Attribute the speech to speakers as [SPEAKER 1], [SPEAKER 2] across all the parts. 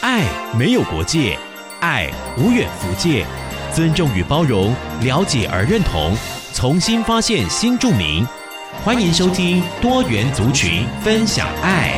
[SPEAKER 1] 爱没有国界，爱无远弗届，尊重与包容，了解而认同，重新发现新著名。欢迎收听多元族群分享爱。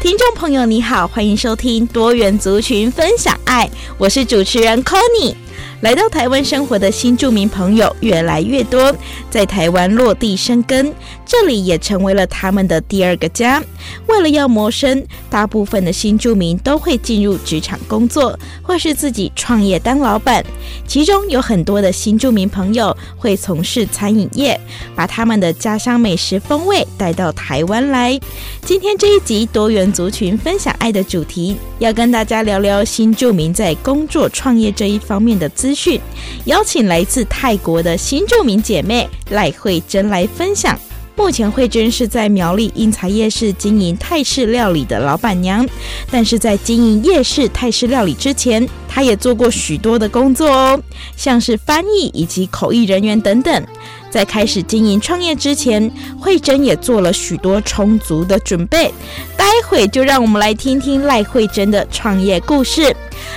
[SPEAKER 2] 听众朋友，你好，欢迎收听多元族群分享爱，我是主持人 Connie。来到台湾生活的新住民朋友越来越多，在台湾落地生根，这里也成为了他们的第二个家。为了要谋生，大部分的新住民都会进入职场工作，或是自己创业当老板。其中有很多的新住民朋友会从事餐饮业，把他们的家乡美食风味带到台湾来。今天这一集多元族群分享爱的主题，要跟大家聊聊新住民在工作创业这一方面的资讯，邀请来自泰国的新住民姐妹赖慧珍来分享。目前慧珍是在苗栗英才夜市经营泰式料理的老板娘，但是在经营夜市泰式料理之前，她也做过许多的工作哦，像是翻译以及口译人员等等。在开始经营创业之前，慧珍也做了许多充足的准备。待会就让我们来听听赖慧珍的创业故事。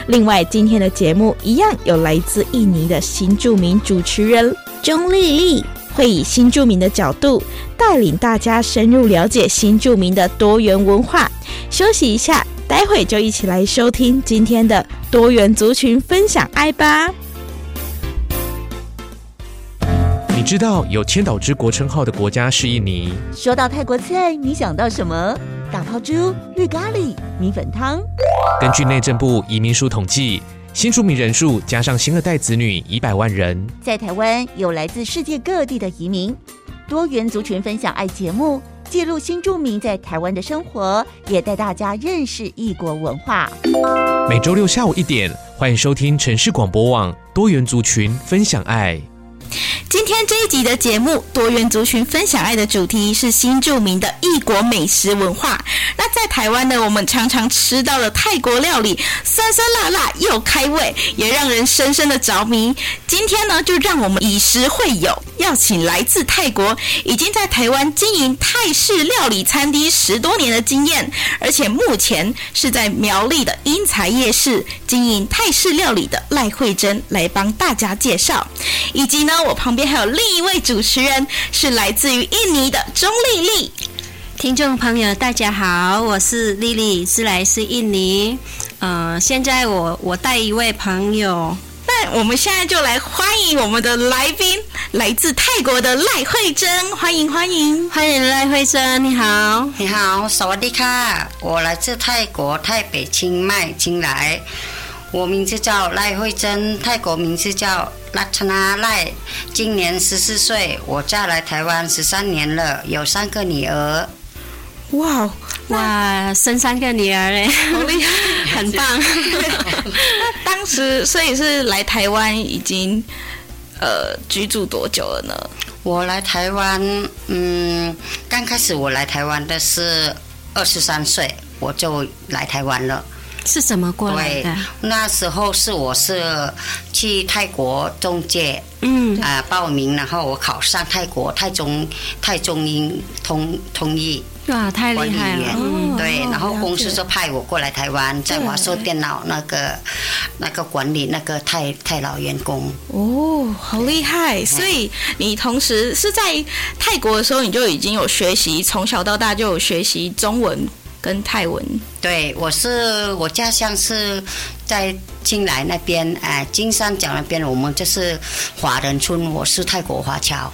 [SPEAKER 2] 另外，今天的节目一样有来自印尼的新著名主持人钟丽丽，会以新著名的角度带领大家深入了解新著名的多元文化。休息一下，待会就一起来收听今天的多元族群分享爱吧。
[SPEAKER 3] 你知道有千岛之国称号的国家是印尼，
[SPEAKER 4] 说到泰国菜，你想到什么？打抛猪、绿咖喱、米粉汤。
[SPEAKER 3] 根据内政部移民署统计，新住民人数加上新二代子女一百万人。
[SPEAKER 4] 在台湾有来自世界各地的移民，多元族群分享爱节目记录新住民在台湾的生活，也带大家认识异国文化。
[SPEAKER 3] 每周六下午一点，欢迎收听城市广播网多元族群分享爱。
[SPEAKER 2] 今天这一集的节目，多元族群分享爱的主题是新著名的异国美食文化。那在台湾呢，我们常常吃到了泰国料理，酸酸辣辣又开胃，也让人深深的着迷。今天呢，就让我们以食会友，邀请来自泰国已经在台湾经营泰式料理餐厅十多年的经验，而且目前是在苗栗的英才夜市经营泰式料理的赖慧珍来帮大家介绍。以及呢，我旁边还有另一位主持人是来自于印尼的钟丽丽。
[SPEAKER 5] 听众朋友，大家好，我是丽丽，是来自印尼。呃，现在我我带一位朋友，
[SPEAKER 2] 那我们现在就来欢迎我们的来宾，来自泰国的赖慧珍，欢迎欢迎。
[SPEAKER 5] 欢迎赖慧珍，你好。
[SPEAKER 6] 你好，萨瓦迪卡，我来自泰国泰北清迈清莱，我名字叫赖慧珍，泰国名字叫拉查拉赖，今年十四岁，我嫁来台湾十三年了，有三个女儿。
[SPEAKER 2] 哇，
[SPEAKER 5] 哇，生三个女儿嘞，
[SPEAKER 2] 好厉害！
[SPEAKER 5] 很棒。
[SPEAKER 2] 当时所以是来台湾已经呃居住多久了呢？
[SPEAKER 6] 我来台湾，嗯，刚开始我来台湾的是二十三岁，我就来台湾了。
[SPEAKER 5] 是怎么过来
[SPEAKER 6] 对
[SPEAKER 5] 的？，
[SPEAKER 6] 那时候是我是去泰国中介，
[SPEAKER 5] 嗯
[SPEAKER 6] 啊、报名，然后我考上泰国泰中泰中英通通译
[SPEAKER 5] 哇，太
[SPEAKER 6] 管
[SPEAKER 5] 厉
[SPEAKER 6] 理
[SPEAKER 5] 害啊
[SPEAKER 6] 员，
[SPEAKER 5] 了。嗯，
[SPEAKER 6] 对，然后
[SPEAKER 2] 了
[SPEAKER 6] 公
[SPEAKER 2] 解
[SPEAKER 6] 司就派我过来台湾，在华硕电脑那个那个管理那个泰泰老员工，
[SPEAKER 2] 哦，好厉害！所以你同时是在泰国的时候，你就已经有学习，从小到大就有学习中文跟泰文。
[SPEAKER 6] 对我是我家乡是在金来那边，哎、金三角那边，我们就是华人村，我是泰国华侨。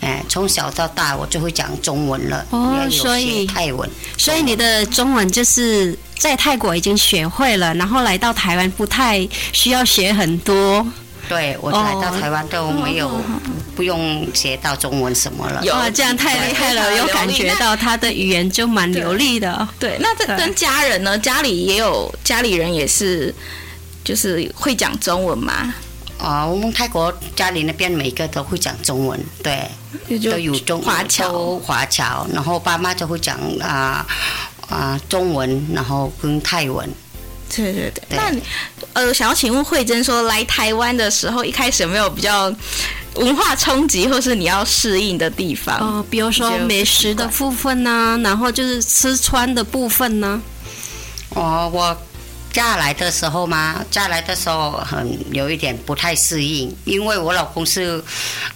[SPEAKER 6] 哎，从小到大我就会讲中文了，
[SPEAKER 5] 哦
[SPEAKER 6] 也有
[SPEAKER 5] 所以
[SPEAKER 6] 学泰文。
[SPEAKER 5] 所以你的中文就是在泰国已经学会了，然后来到台湾不太需要学很多。
[SPEAKER 6] 对我
[SPEAKER 5] 哦
[SPEAKER 6] 来到台湾都
[SPEAKER 2] 哦
[SPEAKER 6] 没有、不用学到中文什么了。
[SPEAKER 2] 有
[SPEAKER 5] 哇，这样太厉害了，
[SPEAKER 2] 对
[SPEAKER 5] 有感觉到他的语言就蛮流利的。
[SPEAKER 2] 对，那这
[SPEAKER 5] 对
[SPEAKER 2] 跟家人呢？家里也有家里人也是，就是会讲中文嘛，
[SPEAKER 6] 啊、我们泰国家里那边每个都会讲中文，对，
[SPEAKER 2] 也就
[SPEAKER 6] 都有中
[SPEAKER 2] 华侨。
[SPEAKER 6] 都华侨，然后爸妈就会讲啊啊、中文，然后跟泰文。
[SPEAKER 2] 对对对。
[SPEAKER 6] 对
[SPEAKER 2] 那呃，想要请问慧珍说，来台湾的时候一开始有没有比较文化冲击或是你要适应的地方。
[SPEAKER 5] 哦，比如说美食的部分呢、然后就是吃穿的部分呢、
[SPEAKER 6] 我哦我嫁来的时候嘛，嫁来的时候很有一点不太适应，因为我老公是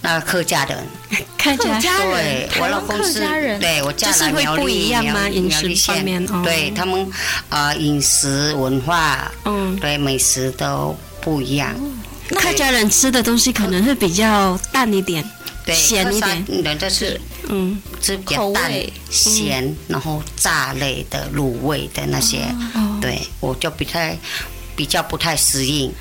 [SPEAKER 6] 那客家人，
[SPEAKER 5] 看起来
[SPEAKER 2] 家
[SPEAKER 6] 对，我老公是，对我嫁
[SPEAKER 5] 就是
[SPEAKER 6] 来
[SPEAKER 5] 会
[SPEAKER 6] 苗
[SPEAKER 5] 不一
[SPEAKER 6] 栗，
[SPEAKER 5] 样
[SPEAKER 6] 苗
[SPEAKER 5] 吗
[SPEAKER 6] 栗
[SPEAKER 5] 饮
[SPEAKER 6] 苗栗
[SPEAKER 5] 食方
[SPEAKER 6] 县
[SPEAKER 5] 面哦
[SPEAKER 6] 对他们呃饮食文化，
[SPEAKER 5] 嗯，
[SPEAKER 6] 对美食都不一样，
[SPEAKER 5] 客家人吃的东西可能会比较淡一点，
[SPEAKER 6] 对，
[SPEAKER 5] 咸一点
[SPEAKER 6] 点，人家是
[SPEAKER 5] 嗯，
[SPEAKER 6] 是比较
[SPEAKER 2] 口
[SPEAKER 6] 淡
[SPEAKER 2] 味
[SPEAKER 6] 咸，然后炸类的、卤味的那些，
[SPEAKER 5] 哦
[SPEAKER 6] 对我就不太比较不太适应。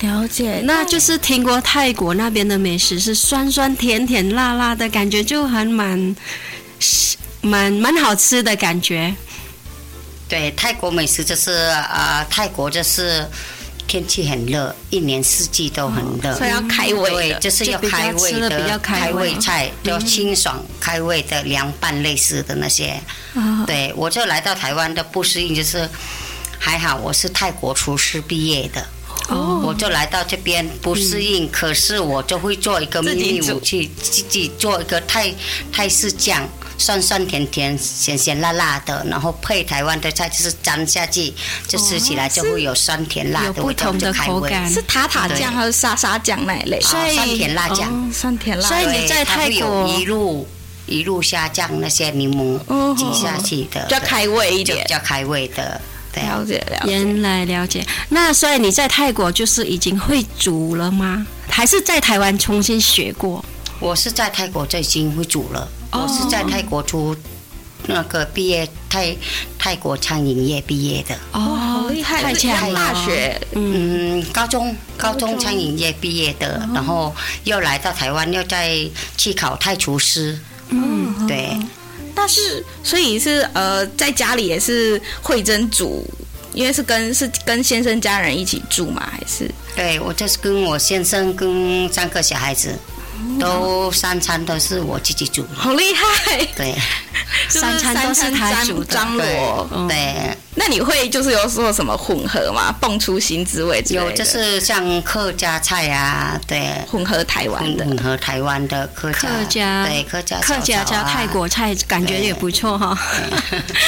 [SPEAKER 2] 了解
[SPEAKER 5] 那就是听过泰国那边的美食是酸酸甜甜辣辣的感觉，就还蛮蛮蛮好吃的感觉。
[SPEAKER 6] 对，泰国美食就是呃，泰国就是天气很热，一年四季都很
[SPEAKER 5] 哦
[SPEAKER 6] 热，嗯
[SPEAKER 2] 所以要开胃
[SPEAKER 6] 对，
[SPEAKER 2] 的，
[SPEAKER 6] 就是要
[SPEAKER 5] 就比较
[SPEAKER 6] 开胃
[SPEAKER 5] 吃得比较开胃
[SPEAKER 6] 开
[SPEAKER 5] 嗯
[SPEAKER 6] 胃菜，就清爽开胃的凉拌类似的那些。
[SPEAKER 5] 啊、
[SPEAKER 6] 对我就来到台湾的不适应就是。还好我是泰国厨师毕业的，
[SPEAKER 5] 哦，嗯
[SPEAKER 6] 我就来到这边不适应，可是我就会做一个秘密武器，自己做一个泰泰式酱，酸酸甜甜、咸咸辣辣的，然后配台湾的菜，就是沾下去，就吃起来就会有酸甜辣
[SPEAKER 5] 哦有
[SPEAKER 6] 的
[SPEAKER 5] 不
[SPEAKER 6] 味道，
[SPEAKER 5] 同
[SPEAKER 6] 就
[SPEAKER 5] 的
[SPEAKER 6] 开
[SPEAKER 5] 口
[SPEAKER 6] 胃。
[SPEAKER 5] 感，
[SPEAKER 2] 是塔塔酱还是沙沙酱那一类？
[SPEAKER 6] 啊酸甜辣酱，
[SPEAKER 5] 哦
[SPEAKER 2] 酸甜辣
[SPEAKER 5] 所以你在
[SPEAKER 6] 对它会
[SPEAKER 5] 泰
[SPEAKER 6] 有
[SPEAKER 5] 国
[SPEAKER 6] 一路一路下酱那些柠
[SPEAKER 5] 哦
[SPEAKER 6] 檬挤下去的，
[SPEAKER 2] 比较开胃一
[SPEAKER 6] 就
[SPEAKER 2] 点
[SPEAKER 6] 比。较开胃的，对啊。
[SPEAKER 2] 了解了解。
[SPEAKER 5] 原来了解。那所以你在泰国就是已经会煮了吗？还是在台湾重新学过？
[SPEAKER 6] 我是在泰国就已经会煮了，我是在泰国出那个毕业泰泰国餐饮业毕业的，
[SPEAKER 5] 哦
[SPEAKER 2] 哇，好厉害！
[SPEAKER 5] 太
[SPEAKER 2] 是一样
[SPEAKER 5] 强了！
[SPEAKER 2] 大学
[SPEAKER 6] 嗯，高中高中哦餐饮业毕业的，然后又来到台湾，又再去考泰厨师，嗯，对，
[SPEAKER 2] 但是，所以是呃，在家里也是慧珍煮，因为是跟是跟先生家人一起住嘛，还是
[SPEAKER 6] 对我就是跟我先生跟三个小孩子，都三餐都是我自己煮的，
[SPEAKER 2] 好厉害！
[SPEAKER 6] 对
[SPEAKER 5] 三餐都是他煮的
[SPEAKER 2] 张
[SPEAKER 6] 对
[SPEAKER 2] 罗。
[SPEAKER 6] 对。
[SPEAKER 2] 那你会就是有做什么混合吗？蹦出新滋味之类的
[SPEAKER 6] 有就是像客家菜啊，对，
[SPEAKER 2] 混合台湾
[SPEAKER 5] 嗯
[SPEAKER 2] 的，
[SPEAKER 6] 混合台湾的客家
[SPEAKER 5] 客家
[SPEAKER 6] 对客家啊
[SPEAKER 5] 客家加泰国菜，感觉也不错哈、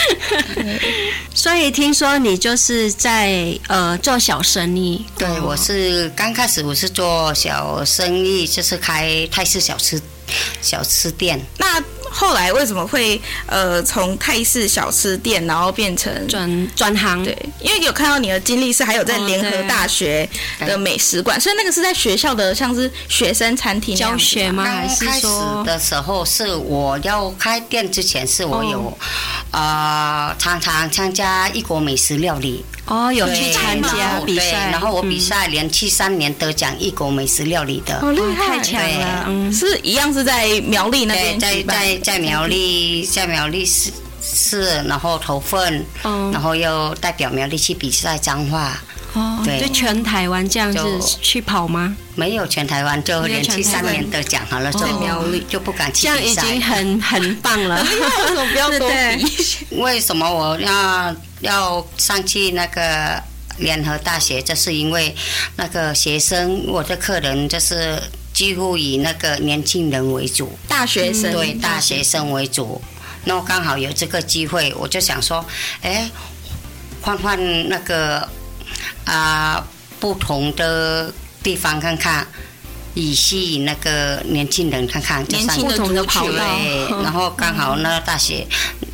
[SPEAKER 5] 所以听说你就是在呃做小生意，哦
[SPEAKER 6] 对，我是刚开始我是做小生意，就是开泰式小吃小吃店。
[SPEAKER 2] 那后来为什么会呃从泰式小吃店，然后变成
[SPEAKER 5] 转转行。
[SPEAKER 2] 对，因为有看到你的经历是还有在
[SPEAKER 5] 哦
[SPEAKER 2] 联合
[SPEAKER 5] 对
[SPEAKER 2] 大学的美食馆，所以那个是在学校的像是学生餐厅那样
[SPEAKER 5] 教
[SPEAKER 2] 子
[SPEAKER 5] 学
[SPEAKER 2] 吗
[SPEAKER 5] 吗？
[SPEAKER 6] 刚
[SPEAKER 5] 哦还是
[SPEAKER 6] 开始
[SPEAKER 5] 说
[SPEAKER 6] 的时候是我要开店之前，是我有、
[SPEAKER 5] 哦
[SPEAKER 6] 呃常常参加异国美食料理
[SPEAKER 5] 哦有去
[SPEAKER 6] 对
[SPEAKER 5] 参
[SPEAKER 6] 然
[SPEAKER 5] 加
[SPEAKER 6] 后
[SPEAKER 5] 比
[SPEAKER 6] 对
[SPEAKER 5] 赛？
[SPEAKER 6] 然后我比
[SPEAKER 5] 嗯
[SPEAKER 6] 赛连续三年得奖异国美食料理的。
[SPEAKER 2] 好厉害！
[SPEAKER 5] 太哦强了，嗯，
[SPEAKER 2] 是一样是在苗栗那
[SPEAKER 6] 对，
[SPEAKER 2] 边
[SPEAKER 6] 在
[SPEAKER 2] 举办
[SPEAKER 6] 在在苗栗，在苗栗市市，然后投份，
[SPEAKER 5] 哦
[SPEAKER 6] 然后又代表苗栗去比赛彰化，
[SPEAKER 5] 哦，
[SPEAKER 6] 对
[SPEAKER 5] 就全台湾这样子
[SPEAKER 6] 就
[SPEAKER 5] 去跑吗？
[SPEAKER 6] 没有全台湾，就
[SPEAKER 5] 没有
[SPEAKER 6] 连续
[SPEAKER 5] 全台
[SPEAKER 6] 三
[SPEAKER 5] 湾
[SPEAKER 6] 年得奖好了，就
[SPEAKER 5] 在苗
[SPEAKER 6] 栗就不敢去
[SPEAKER 5] 这样
[SPEAKER 6] 比
[SPEAKER 5] 已经
[SPEAKER 6] 赛。
[SPEAKER 5] 很很棒了。
[SPEAKER 2] 为什么不要多
[SPEAKER 5] 对
[SPEAKER 2] 比？
[SPEAKER 6] 为什么我要要上去那个联合大学？就是因为那个学生，我的客人就是几乎以那个年轻人为主。嗯
[SPEAKER 2] 大学生
[SPEAKER 6] 对大学生为主。那我刚好有这个机会，我就想说，哎，换换那个啊、不同的地方看看，以吸引那个年轻人看看，就
[SPEAKER 2] 年
[SPEAKER 6] 上
[SPEAKER 2] 轻的
[SPEAKER 5] 不同的
[SPEAKER 2] 族
[SPEAKER 5] 跑
[SPEAKER 2] 群
[SPEAKER 5] 道
[SPEAKER 6] 对，
[SPEAKER 2] 嗯
[SPEAKER 6] 然后刚好那大学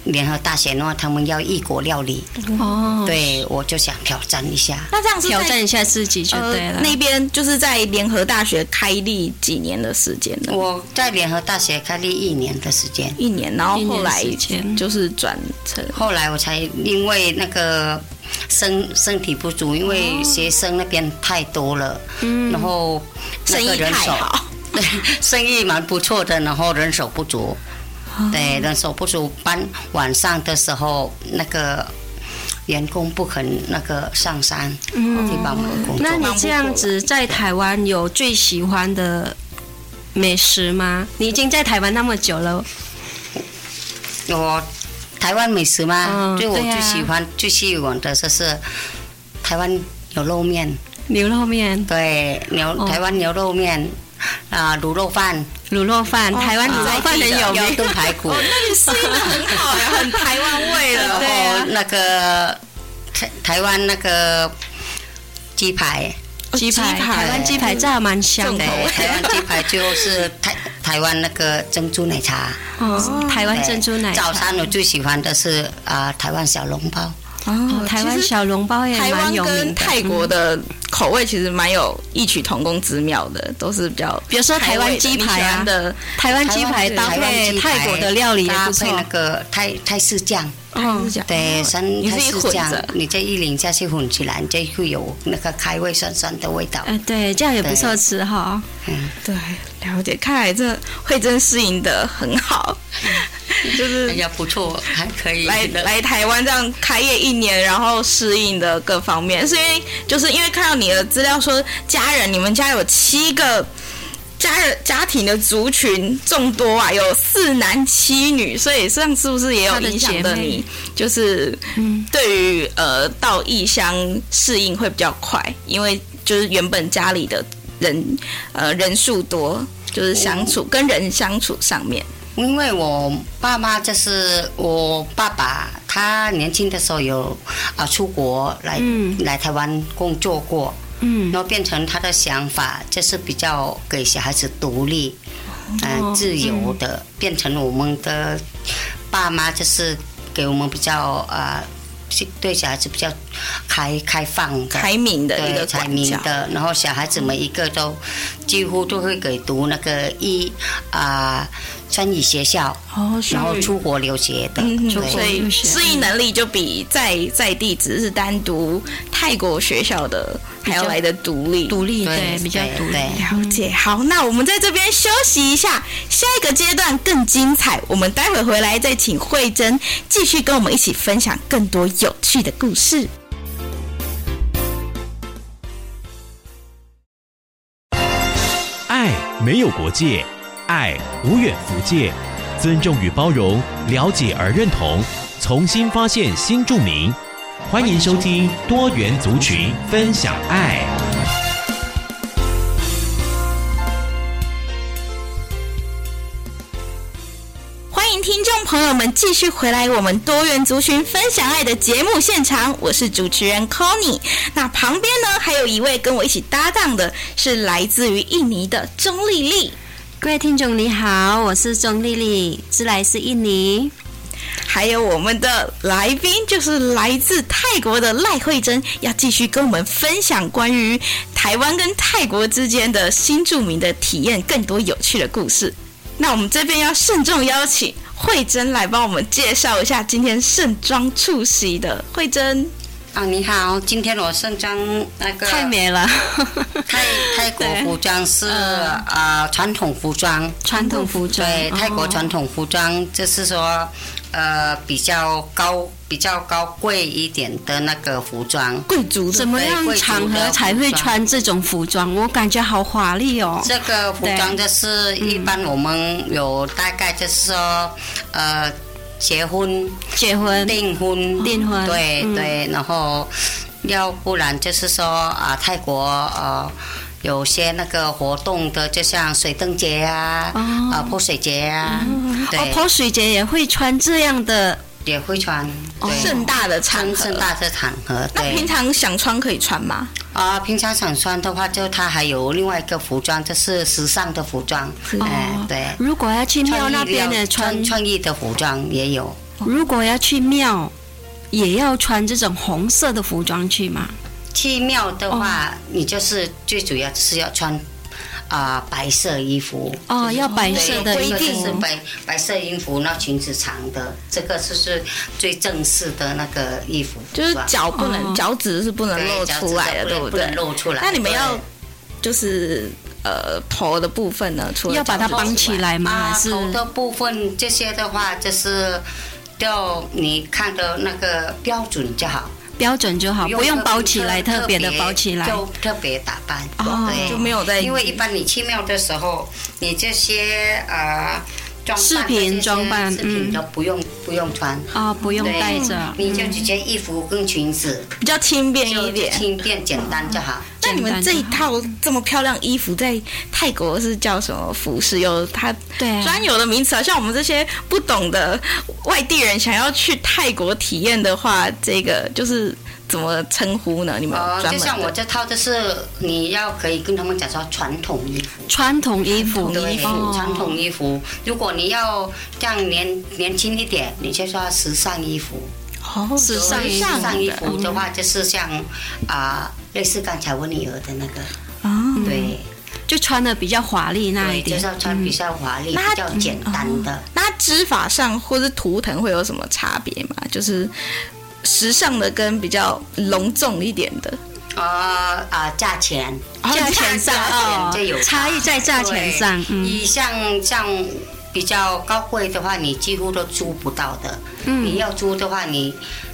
[SPEAKER 6] 联合大学的话，他们要异国料理，
[SPEAKER 2] 嗯
[SPEAKER 5] 哦，
[SPEAKER 6] 对我就想挑战一下。
[SPEAKER 2] 那这样是在
[SPEAKER 5] 挑战一下自己就对
[SPEAKER 2] 呃
[SPEAKER 5] 了。
[SPEAKER 2] 那边就是在联合大学开立几年的时间呢？
[SPEAKER 6] 我在联合大学开立一年的时间，
[SPEAKER 2] 一年，然后
[SPEAKER 5] 一年
[SPEAKER 2] 后来
[SPEAKER 5] 时间
[SPEAKER 2] 就是转成
[SPEAKER 6] 后来我才因为那个身身体不足，因
[SPEAKER 2] 哦
[SPEAKER 6] 为学生那边太多了，然后
[SPEAKER 2] 嗯
[SPEAKER 6] 那
[SPEAKER 2] 生
[SPEAKER 6] 个
[SPEAKER 2] 意
[SPEAKER 6] 人
[SPEAKER 2] 太
[SPEAKER 6] 手，
[SPEAKER 2] 好，
[SPEAKER 6] 对， 生意蛮不错的，然后人手不足，
[SPEAKER 5] 哦
[SPEAKER 6] 对，人手不足，班晚上的时候那个员工不肯那个上山、去帮忙工作
[SPEAKER 5] 嗯那。你这样子在台湾有最喜欢的美食吗？你已经在台湾那么久了，
[SPEAKER 6] 我台湾美食嘛，
[SPEAKER 5] 嗯
[SPEAKER 6] 对我
[SPEAKER 5] 对啊
[SPEAKER 6] 最喜欢、最吸引我的就是台湾牛肉面。
[SPEAKER 5] 牛肉面
[SPEAKER 6] 对，牛、
[SPEAKER 5] 哦
[SPEAKER 6] 台湾牛肉面，啊卤肉饭，
[SPEAKER 5] 卤肉饭，台湾卤肉饭很有
[SPEAKER 6] 哦啊有
[SPEAKER 5] 名，
[SPEAKER 6] 炖排 骨，
[SPEAKER 5] 那你适应的很好呀，很台湾味
[SPEAKER 6] 然
[SPEAKER 5] 了，对
[SPEAKER 6] 后
[SPEAKER 5] 啊，
[SPEAKER 6] 那个台台湾那个鸡排， 嗯
[SPEAKER 5] 鸡排，台湾鸡排炸蛮香的
[SPEAKER 6] 对，，台湾鸡排就是台台湾那个珍珠奶茶，
[SPEAKER 5] 哦，台湾
[SPEAKER 6] 对
[SPEAKER 5] 珍珠奶茶
[SPEAKER 6] 早餐我最喜欢的是啊、台湾小笼包，
[SPEAKER 5] 哦，台湾小笼包也
[SPEAKER 2] 台
[SPEAKER 5] 蛮
[SPEAKER 2] 湾
[SPEAKER 5] 有名
[SPEAKER 2] 跟
[SPEAKER 5] 的，
[SPEAKER 2] 泰国
[SPEAKER 5] 嗯。
[SPEAKER 2] 的口味其实蛮有异曲同工之妙的，都是比较
[SPEAKER 5] 比如说台湾
[SPEAKER 2] 味的
[SPEAKER 5] 鸡
[SPEAKER 2] 你喜
[SPEAKER 5] 排
[SPEAKER 2] 欢
[SPEAKER 5] 啊，
[SPEAKER 2] 的
[SPEAKER 5] 台湾鸡排搭
[SPEAKER 6] 台湾
[SPEAKER 5] 配
[SPEAKER 6] 鸡排
[SPEAKER 5] 泰国的料理也
[SPEAKER 6] 搭
[SPEAKER 5] 不
[SPEAKER 6] 配
[SPEAKER 5] 错。
[SPEAKER 6] 那
[SPEAKER 5] 哦
[SPEAKER 6] 个泰泰式酱，
[SPEAKER 5] 嗯，
[SPEAKER 6] 对，酸
[SPEAKER 2] 你
[SPEAKER 6] 泰
[SPEAKER 2] 自己
[SPEAKER 6] 式
[SPEAKER 2] 混
[SPEAKER 6] 酱
[SPEAKER 2] 着，
[SPEAKER 6] 你这一淋下去混起来，你就会有那个开胃酸酸的味道。
[SPEAKER 5] 呃，对，这样也不错吃哈。
[SPEAKER 6] 嗯，
[SPEAKER 2] 对，了解。看来这慧珍适应的很好，就是
[SPEAKER 6] 哎呀，不错，还可以
[SPEAKER 2] 来
[SPEAKER 6] 的。
[SPEAKER 2] 来台湾这样开业一年，然后适应的各方面，是因为就是因为看到你的资料说家人，你们家有七个家人家庭的族群众多啊，有四男七女，所以这样是不是也有
[SPEAKER 5] 他的
[SPEAKER 2] 影
[SPEAKER 5] 姐
[SPEAKER 2] 响的
[SPEAKER 5] 妹
[SPEAKER 2] 你？就是
[SPEAKER 5] 嗯
[SPEAKER 2] 对于呃到异乡适应会比较快，因为就是原本家里的人呃人数多。就是相处、跟人相处上面，
[SPEAKER 6] 因为我爸妈就是我爸爸，他年轻的时候有啊出国来、
[SPEAKER 5] 嗯
[SPEAKER 6] 来台湾工作过，
[SPEAKER 5] 嗯，
[SPEAKER 6] 然后变成他的想法就是比较给小孩子独立，嗯、
[SPEAKER 5] 哦
[SPEAKER 6] 自由的，变成我们的爸妈就是给我们比较呃，是对小孩子比较开开放的。
[SPEAKER 2] 开明的一
[SPEAKER 6] 对，
[SPEAKER 2] 个
[SPEAKER 6] 才
[SPEAKER 2] 管
[SPEAKER 6] 明
[SPEAKER 2] 教，
[SPEAKER 6] 的，然后小孩子们一个都几乎都会给读那个一啊、专语学校，
[SPEAKER 5] 哦，
[SPEAKER 6] 然后
[SPEAKER 5] 双语
[SPEAKER 6] 出国留学的，
[SPEAKER 2] 嗯，
[SPEAKER 6] 对
[SPEAKER 2] 所
[SPEAKER 5] 哦
[SPEAKER 2] 以适应能力就比在在地只是单独泰国学校的还要来的独立。
[SPEAKER 5] 独立，
[SPEAKER 6] 对
[SPEAKER 5] 对，比较
[SPEAKER 6] 对
[SPEAKER 5] 独立
[SPEAKER 6] 对。
[SPEAKER 2] 了解，好，那我们在这边休息一下，下一个阶段更精彩，我们待会回来再请慧珍继续跟我们一起分享更多有趣的故事。
[SPEAKER 1] 爱没有国界，爱无远弗届，尊重与包容，了解而认同，重新发现新著名。欢迎收听多元族群分享爱。
[SPEAKER 2] 欢迎听众朋友们继续回来我们多元族群分享爱的节目现场，我是主持人 Conny。那旁边呢，还有一位跟我一起搭档的是来自于印尼的钟丽丽。
[SPEAKER 5] 各位听众你好，我是钟丽丽，自来自印尼。
[SPEAKER 2] 还有我们的来宾就是来自泰国的赖慧珍，要继续跟我们分享关于台湾跟泰国之间的新著名的体验，更多有趣的故事。那我们这边要慎重邀请慧珍来帮我们介绍一下今天盛装出席的慧珍。
[SPEAKER 6] 啊，你好，今天我盛装那个
[SPEAKER 5] 太美了，
[SPEAKER 6] 泰泰国
[SPEAKER 5] 对
[SPEAKER 6] 服装是啊、传统服装，
[SPEAKER 5] 传统服装
[SPEAKER 6] 对，泰国
[SPEAKER 5] 哦
[SPEAKER 6] 传统服装就是说呃比较高比较高贵一点的那个服装。
[SPEAKER 2] 贵族的
[SPEAKER 5] 怎么样场合才会穿这种服装？我感觉好华丽哦。
[SPEAKER 6] 这个服装就是一般我们有大概就是说，呃，结婚、
[SPEAKER 5] 结
[SPEAKER 2] 嗯
[SPEAKER 5] 婚
[SPEAKER 6] 订婚、
[SPEAKER 5] 订婚
[SPEAKER 6] 对
[SPEAKER 5] 嗯
[SPEAKER 6] 对，然后要不然就是说啊，泰国呃有些那个活动的，就像水灯节啊，
[SPEAKER 5] 哦
[SPEAKER 6] 啊泼水节
[SPEAKER 2] 嗯
[SPEAKER 6] 啊，
[SPEAKER 5] 哦，
[SPEAKER 6] 对，
[SPEAKER 5] 泼水节也会穿这样的
[SPEAKER 6] 也会穿，
[SPEAKER 2] 哦
[SPEAKER 6] 对，
[SPEAKER 2] 盛大的场
[SPEAKER 6] 盛
[SPEAKER 2] 合
[SPEAKER 6] 盛，大的场合，
[SPEAKER 2] 那
[SPEAKER 6] 对
[SPEAKER 2] 平。常想穿可以穿吗？
[SPEAKER 6] 啊，平常想穿的话，就它还有另外一个服装，就是时尚的服装，
[SPEAKER 2] 哦
[SPEAKER 6] 哎，对。
[SPEAKER 5] 如果要去庙
[SPEAKER 6] 创意
[SPEAKER 5] 那边
[SPEAKER 6] 料
[SPEAKER 5] 呢，
[SPEAKER 6] 创
[SPEAKER 5] 穿
[SPEAKER 6] 创意的服装也有，
[SPEAKER 5] 如果要去庙，也要穿这种红色的服装去嘛？
[SPEAKER 6] 去庙的话，
[SPEAKER 5] 哦
[SPEAKER 6] 你就是最主要是要穿啊、白色衣服。
[SPEAKER 5] 哦，要白
[SPEAKER 6] 对
[SPEAKER 5] 色的
[SPEAKER 6] 这
[SPEAKER 5] 衣
[SPEAKER 6] 个就是
[SPEAKER 5] 服。
[SPEAKER 6] 白白色衣服，那裙子长的，这个就是最正式的那个衣服，
[SPEAKER 2] 就是
[SPEAKER 6] 吧
[SPEAKER 2] 脚不能，
[SPEAKER 5] 哦
[SPEAKER 2] 脚趾是不能
[SPEAKER 6] 嗯对
[SPEAKER 2] 露
[SPEAKER 6] 脚
[SPEAKER 2] 出
[SPEAKER 6] 趾
[SPEAKER 5] 啊
[SPEAKER 2] 来的，对
[SPEAKER 6] 不能
[SPEAKER 2] 对
[SPEAKER 6] 能？露出来。
[SPEAKER 2] 那你们
[SPEAKER 6] 对
[SPEAKER 2] 要就是呃头的部分呢，除了
[SPEAKER 5] 要把它
[SPEAKER 2] 脚趾
[SPEAKER 5] 绑起来吗？
[SPEAKER 6] 啊
[SPEAKER 5] 还，是
[SPEAKER 6] 头的部分这些的话，就是要你看的那个标准就好，
[SPEAKER 5] 标准就好，不用包起来，
[SPEAKER 6] 特
[SPEAKER 5] 特别的包起来。
[SPEAKER 6] 就特别打扮。
[SPEAKER 5] 哦
[SPEAKER 6] 对，
[SPEAKER 2] 就没有在
[SPEAKER 6] 因为一般你去庙的时候，你这些呃装扮的
[SPEAKER 5] 饰品
[SPEAKER 6] 这些
[SPEAKER 5] 装扮
[SPEAKER 6] 饰品
[SPEAKER 5] 嗯
[SPEAKER 6] 都不用、不用穿，
[SPEAKER 5] 啊，不用
[SPEAKER 6] 对
[SPEAKER 5] 带着。嗯
[SPEAKER 6] 你就直接衣服跟裙子
[SPEAKER 2] 比较轻便
[SPEAKER 6] 就
[SPEAKER 2] 一点。
[SPEAKER 6] 轻便简单就好。啊
[SPEAKER 2] 那
[SPEAKER 7] 那你们这一套这么漂亮衣服，在泰国是叫什么服饰？有它
[SPEAKER 5] 对啊
[SPEAKER 7] 专有的名词啊。像我们这些不懂的外地人，想要去泰国体验的话，这个就是怎么称呼呢？你
[SPEAKER 5] 嗯
[SPEAKER 7] 们
[SPEAKER 6] 哦，
[SPEAKER 7] 专
[SPEAKER 6] 就
[SPEAKER 7] 门
[SPEAKER 6] 像我
[SPEAKER 7] 的
[SPEAKER 6] 这套，就是你要可以跟他们讲说传统衣服，
[SPEAKER 5] 传统衣服，
[SPEAKER 6] 对，
[SPEAKER 5] 哦
[SPEAKER 6] 传统衣服。如果你要这样年年轻一点，你就说时尚衣服。
[SPEAKER 7] 哦，
[SPEAKER 5] 时尚
[SPEAKER 6] 时
[SPEAKER 5] 衣服嗯
[SPEAKER 6] 尚衣服的话，就是像啊、类似刚才我女儿的那个，
[SPEAKER 7] 啊，
[SPEAKER 5] 哦
[SPEAKER 6] 对，
[SPEAKER 5] 就穿的比较华丽那一
[SPEAKER 6] 对，
[SPEAKER 5] 点
[SPEAKER 6] 就
[SPEAKER 5] 嗯
[SPEAKER 6] 是。要穿比较华丽、
[SPEAKER 7] 那
[SPEAKER 6] 比较简单的。
[SPEAKER 7] 那织法上或是图腾会有什么差别吗？就是时尚的跟比较隆重一点的，
[SPEAKER 5] 嗯哦
[SPEAKER 6] 呃啊，价钱，
[SPEAKER 7] 哦
[SPEAKER 5] 价钱上
[SPEAKER 6] 价钱就有
[SPEAKER 5] 哦，差异在价钱上，
[SPEAKER 6] 对
[SPEAKER 5] 嗯
[SPEAKER 6] 你像像比较高贵的话，你几乎都租不到的。你
[SPEAKER 5] 嗯，
[SPEAKER 6] 要租的话，你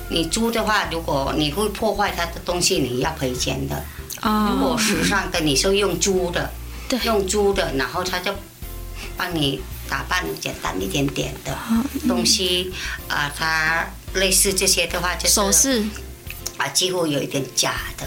[SPEAKER 6] 你租的话，如果你会破坏他的东西，你要赔钱的。如果
[SPEAKER 5] 哦，
[SPEAKER 6] 时尚的，你是用租的，
[SPEAKER 7] 对
[SPEAKER 6] 用租的，然后他就帮你打扮简单一点点的
[SPEAKER 5] 哦嗯
[SPEAKER 6] 东西啊，它类似这些的话，就是
[SPEAKER 5] 首饰，
[SPEAKER 6] 啊，几乎有一点假的。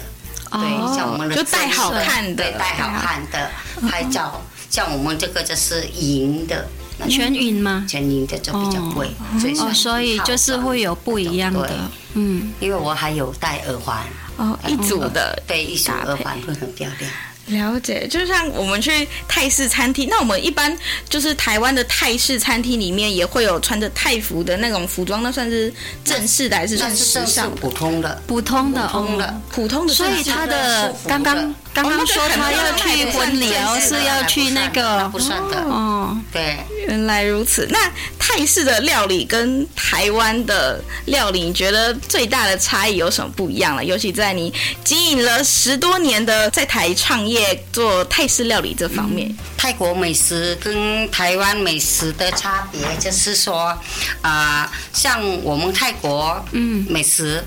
[SPEAKER 6] 对，像我
[SPEAKER 5] 哦，
[SPEAKER 6] 们的
[SPEAKER 7] 就戴好看的
[SPEAKER 6] 对，戴
[SPEAKER 5] 嗯
[SPEAKER 6] 好看的拍照，像我们这个就是银的，那种
[SPEAKER 5] 全银吗？
[SPEAKER 6] 全银的就比较贵，所以
[SPEAKER 5] 哦，所以就是会有不一样
[SPEAKER 6] 对
[SPEAKER 5] 的，嗯，
[SPEAKER 6] 因为我还有戴耳环，
[SPEAKER 7] 哦，一组的
[SPEAKER 6] 对，一束
[SPEAKER 7] 搭配
[SPEAKER 6] 耳环会很漂亮。
[SPEAKER 7] 了解，就像我们去泰式餐厅，那我们一般就是台湾的泰式餐厅里面也会有穿着泰服的那种服装，那算是正式的还是算
[SPEAKER 6] 但是
[SPEAKER 7] 时
[SPEAKER 6] 这是
[SPEAKER 7] 尚的？
[SPEAKER 6] 普通的，
[SPEAKER 5] 普通的，
[SPEAKER 6] 普通的
[SPEAKER 5] 哦
[SPEAKER 7] 普通的
[SPEAKER 5] 所
[SPEAKER 7] 正
[SPEAKER 5] 以
[SPEAKER 7] 式
[SPEAKER 5] 他
[SPEAKER 6] 舒
[SPEAKER 5] 的
[SPEAKER 6] 服的
[SPEAKER 5] 刚刚刚刚说他要去婚礼哦，是要去那个
[SPEAKER 6] 不算的，
[SPEAKER 5] 哦，
[SPEAKER 6] 对，
[SPEAKER 7] 原来如此。那泰式的料理跟台湾的料理，你觉得最大的差异有什么不一样了？尤其在你经营了十多年的在台创业做泰式料理这方面，
[SPEAKER 6] 泰国美食跟台湾美食的差别就是说，啊、像我们泰国
[SPEAKER 5] 嗯，
[SPEAKER 6] 美食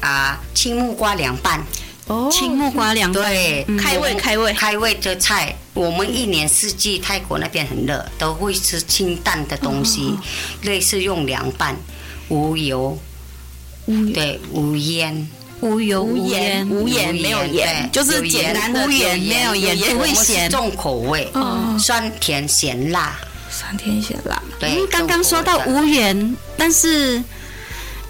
[SPEAKER 6] 啊、青木瓜凉拌，
[SPEAKER 7] 哦
[SPEAKER 5] 青木瓜凉拌，
[SPEAKER 6] 对，
[SPEAKER 7] 嗯开胃开胃
[SPEAKER 6] 开胃的菜，我们一年四季泰国那边很热，都会吃清淡的东西，
[SPEAKER 7] 哦
[SPEAKER 6] 类似用凉拌，无油，对，无烟，
[SPEAKER 5] 无嗯油无盐，
[SPEAKER 7] 无盐没有盐
[SPEAKER 6] 对
[SPEAKER 7] 就是
[SPEAKER 6] 有盐
[SPEAKER 7] 简单的
[SPEAKER 6] 无盐
[SPEAKER 5] 有盐没有盐不会咸
[SPEAKER 6] 重口味，
[SPEAKER 7] 哦
[SPEAKER 6] 酸甜咸辣，
[SPEAKER 7] 酸甜咸辣。
[SPEAKER 6] 对
[SPEAKER 5] 嗯，，刚刚说到
[SPEAKER 6] 重口味的
[SPEAKER 5] 无盐，但是，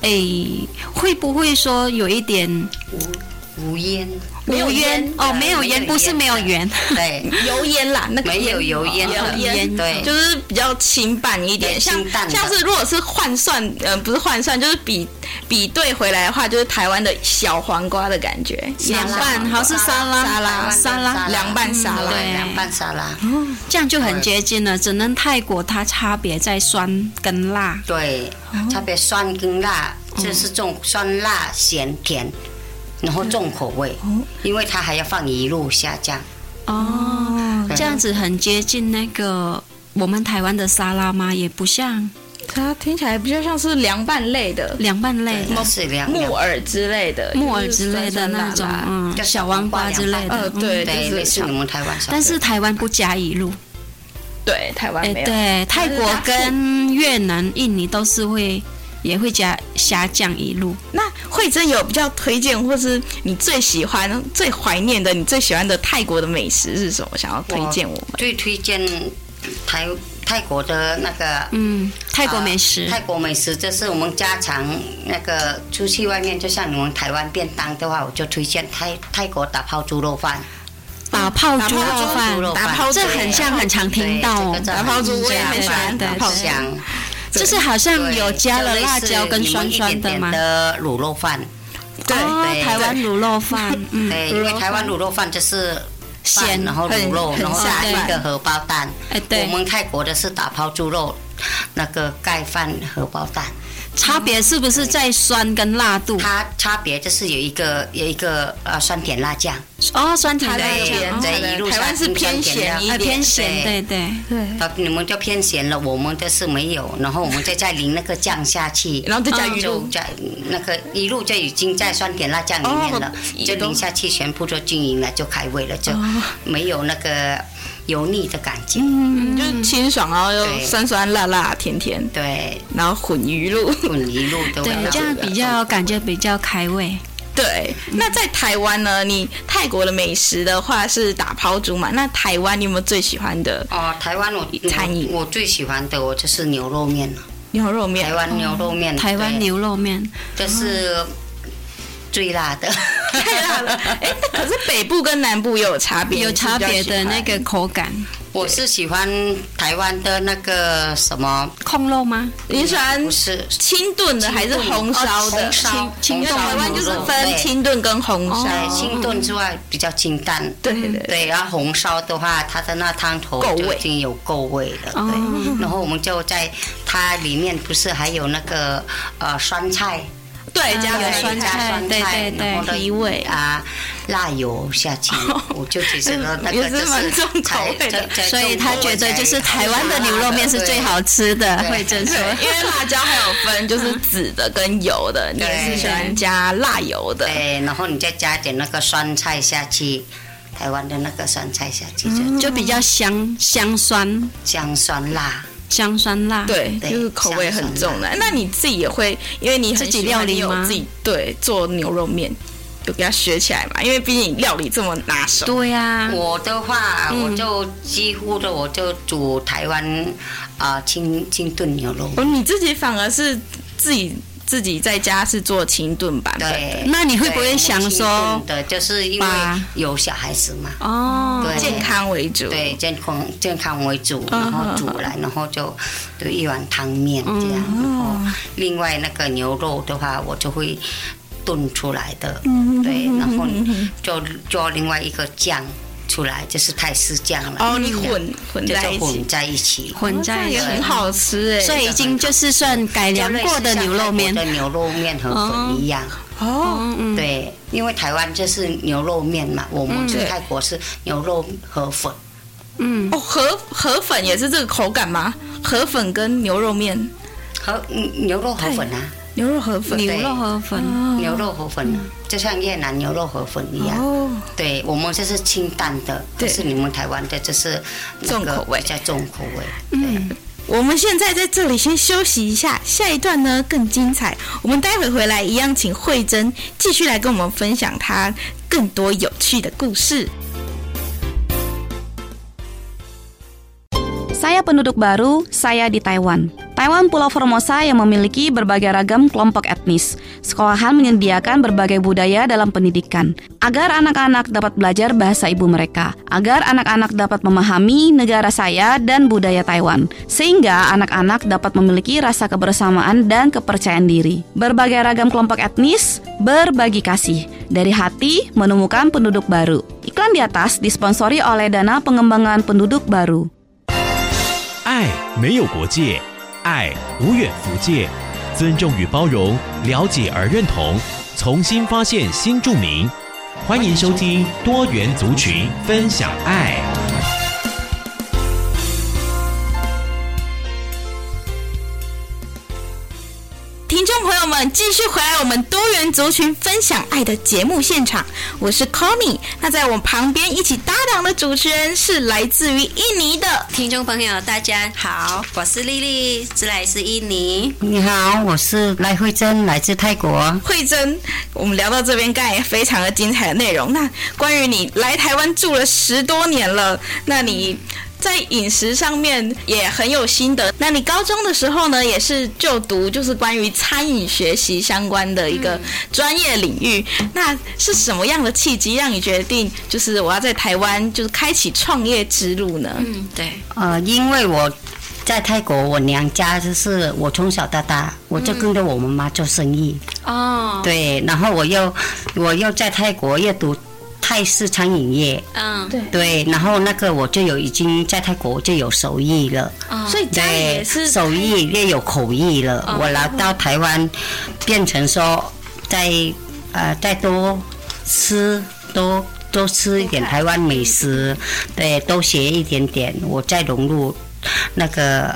[SPEAKER 5] 诶，会不会说有一点
[SPEAKER 6] 无无烟，
[SPEAKER 5] 无
[SPEAKER 7] 没有
[SPEAKER 5] 烟
[SPEAKER 7] 烟？
[SPEAKER 5] 哦，没
[SPEAKER 6] 对
[SPEAKER 5] 有
[SPEAKER 6] 没有
[SPEAKER 5] 盐，不是
[SPEAKER 6] 盐
[SPEAKER 5] 没有
[SPEAKER 6] 的
[SPEAKER 5] 盐，
[SPEAKER 6] 对，
[SPEAKER 7] 油烟啦，那个
[SPEAKER 6] 没有油烟
[SPEAKER 7] 油
[SPEAKER 6] 的，
[SPEAKER 5] 烟
[SPEAKER 6] 对，
[SPEAKER 7] 就是比较清淡一点，
[SPEAKER 6] 对
[SPEAKER 7] 像
[SPEAKER 6] 清淡的
[SPEAKER 7] 像是如果是换算，呃，不是换算，就是比比对回来的话，就是台湾的小黄瓜的感觉，
[SPEAKER 5] 凉拌好像是沙拉拉
[SPEAKER 6] 沙拉嗯
[SPEAKER 5] 沙拉
[SPEAKER 7] 凉拌沙拉
[SPEAKER 6] 对，
[SPEAKER 5] 对
[SPEAKER 6] 凉拌沙拉，
[SPEAKER 5] 这样就很接近了。只能泰国它差别在酸跟辣，
[SPEAKER 6] 对，特别酸跟辣，这是重酸辣咸甜，然后重口味，因为它还要放一路下降，
[SPEAKER 5] 哦，这样子很接近那个我们台湾的沙拉吗？也不像
[SPEAKER 7] 它听起来比较像是凉拌类的，
[SPEAKER 5] 凉拌类
[SPEAKER 6] 对，
[SPEAKER 5] 的。
[SPEAKER 6] 是凉
[SPEAKER 7] 木
[SPEAKER 6] 凉，
[SPEAKER 7] 耳之类的，
[SPEAKER 5] 木耳之类的那种，嗯，
[SPEAKER 6] 就是
[SPEAKER 5] 小黄瓜之类的，
[SPEAKER 7] 呃对
[SPEAKER 5] 嗯
[SPEAKER 6] 对，
[SPEAKER 7] 就是
[SPEAKER 6] 类似
[SPEAKER 7] 像
[SPEAKER 6] 我们台湾小。
[SPEAKER 5] 但是台湾不加一路，
[SPEAKER 7] 对，台湾
[SPEAKER 5] 哎，
[SPEAKER 7] 没有。
[SPEAKER 5] 对，泰国
[SPEAKER 7] 它是
[SPEAKER 5] 跟越南、印尼都是会也会加下降一路。
[SPEAKER 7] 那慧珍有比较推荐，或是你最喜欢、最怀念的、你最喜欢的泰国的美食是什么？想要推荐我们？
[SPEAKER 6] 最推荐台泰国的那个。
[SPEAKER 5] 嗯，泰国美
[SPEAKER 6] 呃
[SPEAKER 5] 食
[SPEAKER 6] 泰国美食，这是我们家常那个出去外面，就像你们台湾便当的话，我就推荐泰泰国打泡猪肉饭。
[SPEAKER 5] 打泡
[SPEAKER 7] 打
[SPEAKER 5] 猪
[SPEAKER 7] 泡
[SPEAKER 5] 肉饭
[SPEAKER 6] 猪，肉
[SPEAKER 7] 打泡
[SPEAKER 6] 饭
[SPEAKER 7] 猪
[SPEAKER 5] 这很像很常听到哦
[SPEAKER 6] 对这个
[SPEAKER 7] 打泡猪我也很喜欢
[SPEAKER 5] 打泡猪
[SPEAKER 6] 香，
[SPEAKER 5] 就是好像
[SPEAKER 6] 对
[SPEAKER 5] 有加了辣椒跟酸酸的吗
[SPEAKER 6] 就类似你们一点点？的卤肉饭，
[SPEAKER 7] 对
[SPEAKER 5] 哦
[SPEAKER 6] 对，
[SPEAKER 5] 台湾卤肉饭，嗯，
[SPEAKER 6] 对，因为台湾卤肉饭就是饭
[SPEAKER 5] 咸
[SPEAKER 6] 然后卤肉，
[SPEAKER 7] 很
[SPEAKER 6] 然后
[SPEAKER 5] 很
[SPEAKER 6] 加
[SPEAKER 5] 下
[SPEAKER 6] 一
[SPEAKER 5] 饭
[SPEAKER 6] 个荷包蛋。
[SPEAKER 5] 哎对
[SPEAKER 6] 我们泰国的是打泡猪肉，那个盖饭荷包蛋，
[SPEAKER 5] 差别是不是在酸跟辣度？
[SPEAKER 6] 它差别就是有一个有一个呃酸甜辣酱，
[SPEAKER 5] 哦，酸甜
[SPEAKER 7] 台湾
[SPEAKER 5] 辣
[SPEAKER 7] 有
[SPEAKER 5] 酱
[SPEAKER 7] 点
[SPEAKER 5] 哦
[SPEAKER 7] 在
[SPEAKER 6] 对，一路
[SPEAKER 7] 台湾
[SPEAKER 6] 下
[SPEAKER 7] 是偏
[SPEAKER 6] 酸甜辣
[SPEAKER 7] 咸一
[SPEAKER 5] 哎
[SPEAKER 7] 点
[SPEAKER 5] 偏咸，
[SPEAKER 6] 对
[SPEAKER 5] 对对，
[SPEAKER 6] 啊，你们就偏咸了，我们的是没有，然后我们再再淋那个酱下去，嗯
[SPEAKER 7] 然后再加鱼
[SPEAKER 6] 就
[SPEAKER 7] 露
[SPEAKER 6] 加那个一路就已经在酸甜辣酱里面了
[SPEAKER 7] 哦，
[SPEAKER 6] 就淋下去，全部都均匀了，就开胃了，就没有那个油腻的感觉。
[SPEAKER 7] 嗯，就是清爽，然后又
[SPEAKER 6] 对
[SPEAKER 7] 酸酸辣辣、甜甜，
[SPEAKER 6] 对，
[SPEAKER 7] 然后混鱼露。
[SPEAKER 6] 嗯滚一路的 味
[SPEAKER 5] 对，
[SPEAKER 6] 道。
[SPEAKER 5] 这样比较感觉比较开胃。
[SPEAKER 2] 对，那在台湾呢？你泰国的美食的话是打抛猪嘛？那台湾你有没有最喜欢的
[SPEAKER 6] 哦，台湾我
[SPEAKER 2] 餐饮
[SPEAKER 6] 我我最喜欢的我就是牛肉面了，
[SPEAKER 2] 牛肉面
[SPEAKER 6] 台？湾牛肉面，
[SPEAKER 5] 哦台湾
[SPEAKER 6] 对
[SPEAKER 5] 牛肉面，
[SPEAKER 6] 这是最辣的。
[SPEAKER 2] 太辣了！哎，那可是北部跟南部也有差别，
[SPEAKER 5] 有
[SPEAKER 2] 你是
[SPEAKER 5] 差
[SPEAKER 2] 比较
[SPEAKER 5] 别的
[SPEAKER 2] 喜欢
[SPEAKER 5] 那个口感。
[SPEAKER 6] 我是喜欢台湾的那个什么，
[SPEAKER 5] 控肉吗？
[SPEAKER 2] 你喜欢
[SPEAKER 6] 不是
[SPEAKER 2] 清炖的还是红烧的？
[SPEAKER 6] 红烧，
[SPEAKER 5] 清
[SPEAKER 2] 因为
[SPEAKER 5] 清
[SPEAKER 2] 台湾就是分
[SPEAKER 6] 清
[SPEAKER 2] 哦清炖哦跟红烧。
[SPEAKER 6] 清炖之外比较清淡。
[SPEAKER 2] 对对对，
[SPEAKER 6] 对，然后红烧的话，它的那汤头
[SPEAKER 2] 够
[SPEAKER 6] 就
[SPEAKER 2] 味
[SPEAKER 6] 已经有够味了，对。然后我们就在它里面不是还有那个呃酸菜，
[SPEAKER 2] 对加
[SPEAKER 5] 有
[SPEAKER 2] 了
[SPEAKER 5] 酸
[SPEAKER 6] 加
[SPEAKER 5] 菜
[SPEAKER 6] 酸
[SPEAKER 5] 对
[SPEAKER 6] 菜，
[SPEAKER 5] 对对
[SPEAKER 6] 然后呢
[SPEAKER 5] 提味
[SPEAKER 6] 啊，辣油下去，我就觉
[SPEAKER 5] 嗯
[SPEAKER 6] 得那
[SPEAKER 2] 也
[SPEAKER 6] 个
[SPEAKER 2] 是
[SPEAKER 6] 就
[SPEAKER 2] 蛮
[SPEAKER 6] 是
[SPEAKER 2] 重口
[SPEAKER 6] 才
[SPEAKER 2] 味的
[SPEAKER 6] 才才
[SPEAKER 5] 所以
[SPEAKER 6] 重
[SPEAKER 5] 他
[SPEAKER 6] 口
[SPEAKER 5] 觉
[SPEAKER 6] 味
[SPEAKER 5] 得
[SPEAKER 6] 才
[SPEAKER 5] 就是台湾的牛肉面是最好吃的，
[SPEAKER 6] 啊对
[SPEAKER 5] 慧珍说。
[SPEAKER 2] 对，因为辣椒还有分，就是紫的跟油的，你也是喜欢加辣油的。
[SPEAKER 6] 对，哎然后你再加点那个酸菜下去，台湾的那个酸菜下去，就
[SPEAKER 5] 就比较香香酸
[SPEAKER 6] 姜酸辣。
[SPEAKER 5] 香酸辣，，
[SPEAKER 2] 对，
[SPEAKER 6] 对
[SPEAKER 2] 就是口味很重的。那你自己也会，因为你很喜欢
[SPEAKER 5] 自己料理
[SPEAKER 2] 你有
[SPEAKER 5] 吗
[SPEAKER 2] 自己对做牛肉面，有给它学起来嘛？因为毕竟你料理这么拿手，
[SPEAKER 5] 对啊呀、
[SPEAKER 6] 我的话，我就几乎的我就煮台湾啊、呃清清炖牛肉，
[SPEAKER 5] 嗯
[SPEAKER 2] 哦，你自己反而是自己自己在家是做清炖版本的，
[SPEAKER 6] 对。
[SPEAKER 5] 那你会不会
[SPEAKER 6] 对
[SPEAKER 5] 想
[SPEAKER 6] 我
[SPEAKER 5] 说
[SPEAKER 6] 清炖的，就是因为
[SPEAKER 5] 把
[SPEAKER 6] 有小孩子嘛，
[SPEAKER 5] 哦，
[SPEAKER 6] 对
[SPEAKER 2] 健康为主。
[SPEAKER 6] 对健康健康为主，然后煮来，然后就就一碗汤面这样。然后另外那个牛肉的话，我就会炖出来的，对，然后就做另外一个酱出来，就是泰式酱了。嗯
[SPEAKER 2] 哦，你混混
[SPEAKER 6] 就
[SPEAKER 2] 在
[SPEAKER 6] 是
[SPEAKER 2] 一
[SPEAKER 6] 混
[SPEAKER 2] 起，
[SPEAKER 6] 在一起。
[SPEAKER 5] 混
[SPEAKER 2] 这
[SPEAKER 5] 在
[SPEAKER 2] 样
[SPEAKER 5] 一
[SPEAKER 2] 也
[SPEAKER 5] 起，
[SPEAKER 2] 很好吃哎。
[SPEAKER 5] 所以已经就是算改良过的牛肉面
[SPEAKER 6] 就类似像泰国的。牛肉面和粉一样，
[SPEAKER 2] 哦，
[SPEAKER 5] 嗯嗯，
[SPEAKER 6] 对，因为台湾就是牛肉面嘛，我们去
[SPEAKER 2] 对
[SPEAKER 6] 泰国是牛肉和粉，
[SPEAKER 5] 嗯，
[SPEAKER 2] 哦，河河粉也是这个口感吗？河粉跟牛肉面，
[SPEAKER 6] 和嗯牛肉河粉啊，
[SPEAKER 2] 牛肉河粉
[SPEAKER 5] 牛肉河粉，
[SPEAKER 6] 牛肉河粉啊，就像越南牛肉河粉一样。
[SPEAKER 2] 哦，
[SPEAKER 6] 对我们这是清淡的，
[SPEAKER 2] 对
[SPEAKER 6] 但是你们台湾的就是那
[SPEAKER 2] 重
[SPEAKER 6] 个
[SPEAKER 2] 口味嗯
[SPEAKER 6] 比较重口味。
[SPEAKER 2] 我们现在在这里先休息一下，下一段呢更精彩。我们待会回来一样，请慧珍继续来跟我们分享她更多有趣的故事。
[SPEAKER 8] Saya penduduk baru, saya di Taiwan. Taiwan Pulau Formosa yang memiliki berbagai ragam kelompok etnis. Sekolahan menyediakan berbagai budaya dalam pendidikan agar anak-anak dapat belajar bahasa ibu mereka, agar anak-anak dapat memahami negara saya dan budaya Taiwan, sehingga anak-anak dapat memiliki rasa kebersamaan dan kepercayaan diri. Berbagai ragam kelompok etnis berbagi kasih dari hati menemukan penduduk baru. Iklan di atas disponsori oleh Dana Pengembangan Penduduk Baru.
[SPEAKER 1] 爱没有国界，爱无远弗届，尊重与包容，了解而认同，重新发现新著名。欢迎收听多元族群分享爱。
[SPEAKER 2] 听众朋友们，继续回来我们多元族群分享爱的节目现场，我是 c o n y 那在我旁边一起搭档的主持人是来自于印尼的，
[SPEAKER 5] 听众朋友大家好，我是丽丽，自来自印尼。
[SPEAKER 2] 嗯
[SPEAKER 6] 你好，我是赖慧珍，来自泰国。
[SPEAKER 2] 啊慧珍。我们聊到这边，刚才也非常的精彩的内容。那关于你来台湾住了十多年了，那你在饮食上面也很有心得。那你高中的时候呢，也是就读就是关于餐饮学习相关的一个专业领域。那是什么样的契机让你决定就是我要在台湾就是开启创业之路呢？
[SPEAKER 5] 嗯，对，
[SPEAKER 6] 呃，因为我在泰国，我娘家就是我从小到大，我就跟着我妈妈做生意。
[SPEAKER 5] 哦，
[SPEAKER 6] 对，然后我又我又在泰国又读泰式餐饮业。
[SPEAKER 5] 嗯，对，
[SPEAKER 6] 对，然后那个我就有已经在泰国我就有手艺了，
[SPEAKER 2] 所哦以家里
[SPEAKER 6] 对
[SPEAKER 2] 也，是哦
[SPEAKER 6] 手艺也有口艺了。我来到台湾，变成说再呃再多吃多多吃一点台湾美食，对，多学一点点，我再融入那个。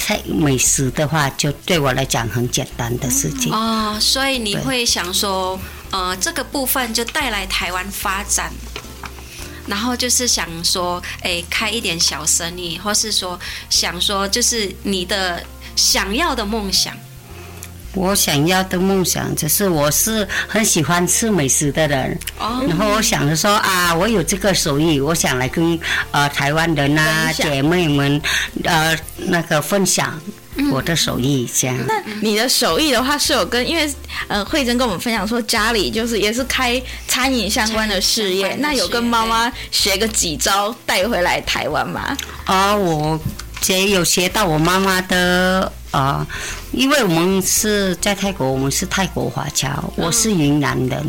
[SPEAKER 6] 菜美食的话，就对我来讲很简单的事情。
[SPEAKER 5] 哦，所以你
[SPEAKER 6] 对
[SPEAKER 5] 会想说，呃，这个部分就带来台湾发展，然后就是想说，哎，开一点小生意，或是说想说，就是你的想要的梦想，
[SPEAKER 6] 我想要的梦想，只是我是很喜欢吃美食的人。
[SPEAKER 5] 哦
[SPEAKER 6] 然后我想着说啊，我有这个手艺，我想来跟呃台湾人呐、
[SPEAKER 2] 分享
[SPEAKER 6] 姐妹们呃那个分享我的手艺，这样。
[SPEAKER 2] 嗯那你的手艺的话是有跟，因为呃，慧珍跟我们分享说家里就是也是开餐饮相关的事业，
[SPEAKER 5] 餐饮相关的事业
[SPEAKER 2] 那有跟妈妈学个几招带回来台湾吗？
[SPEAKER 6] 啊，我也有学到我妈妈的啊、因为我们是在泰国，我们是泰国华侨，
[SPEAKER 2] 嗯
[SPEAKER 6] 我是云南人，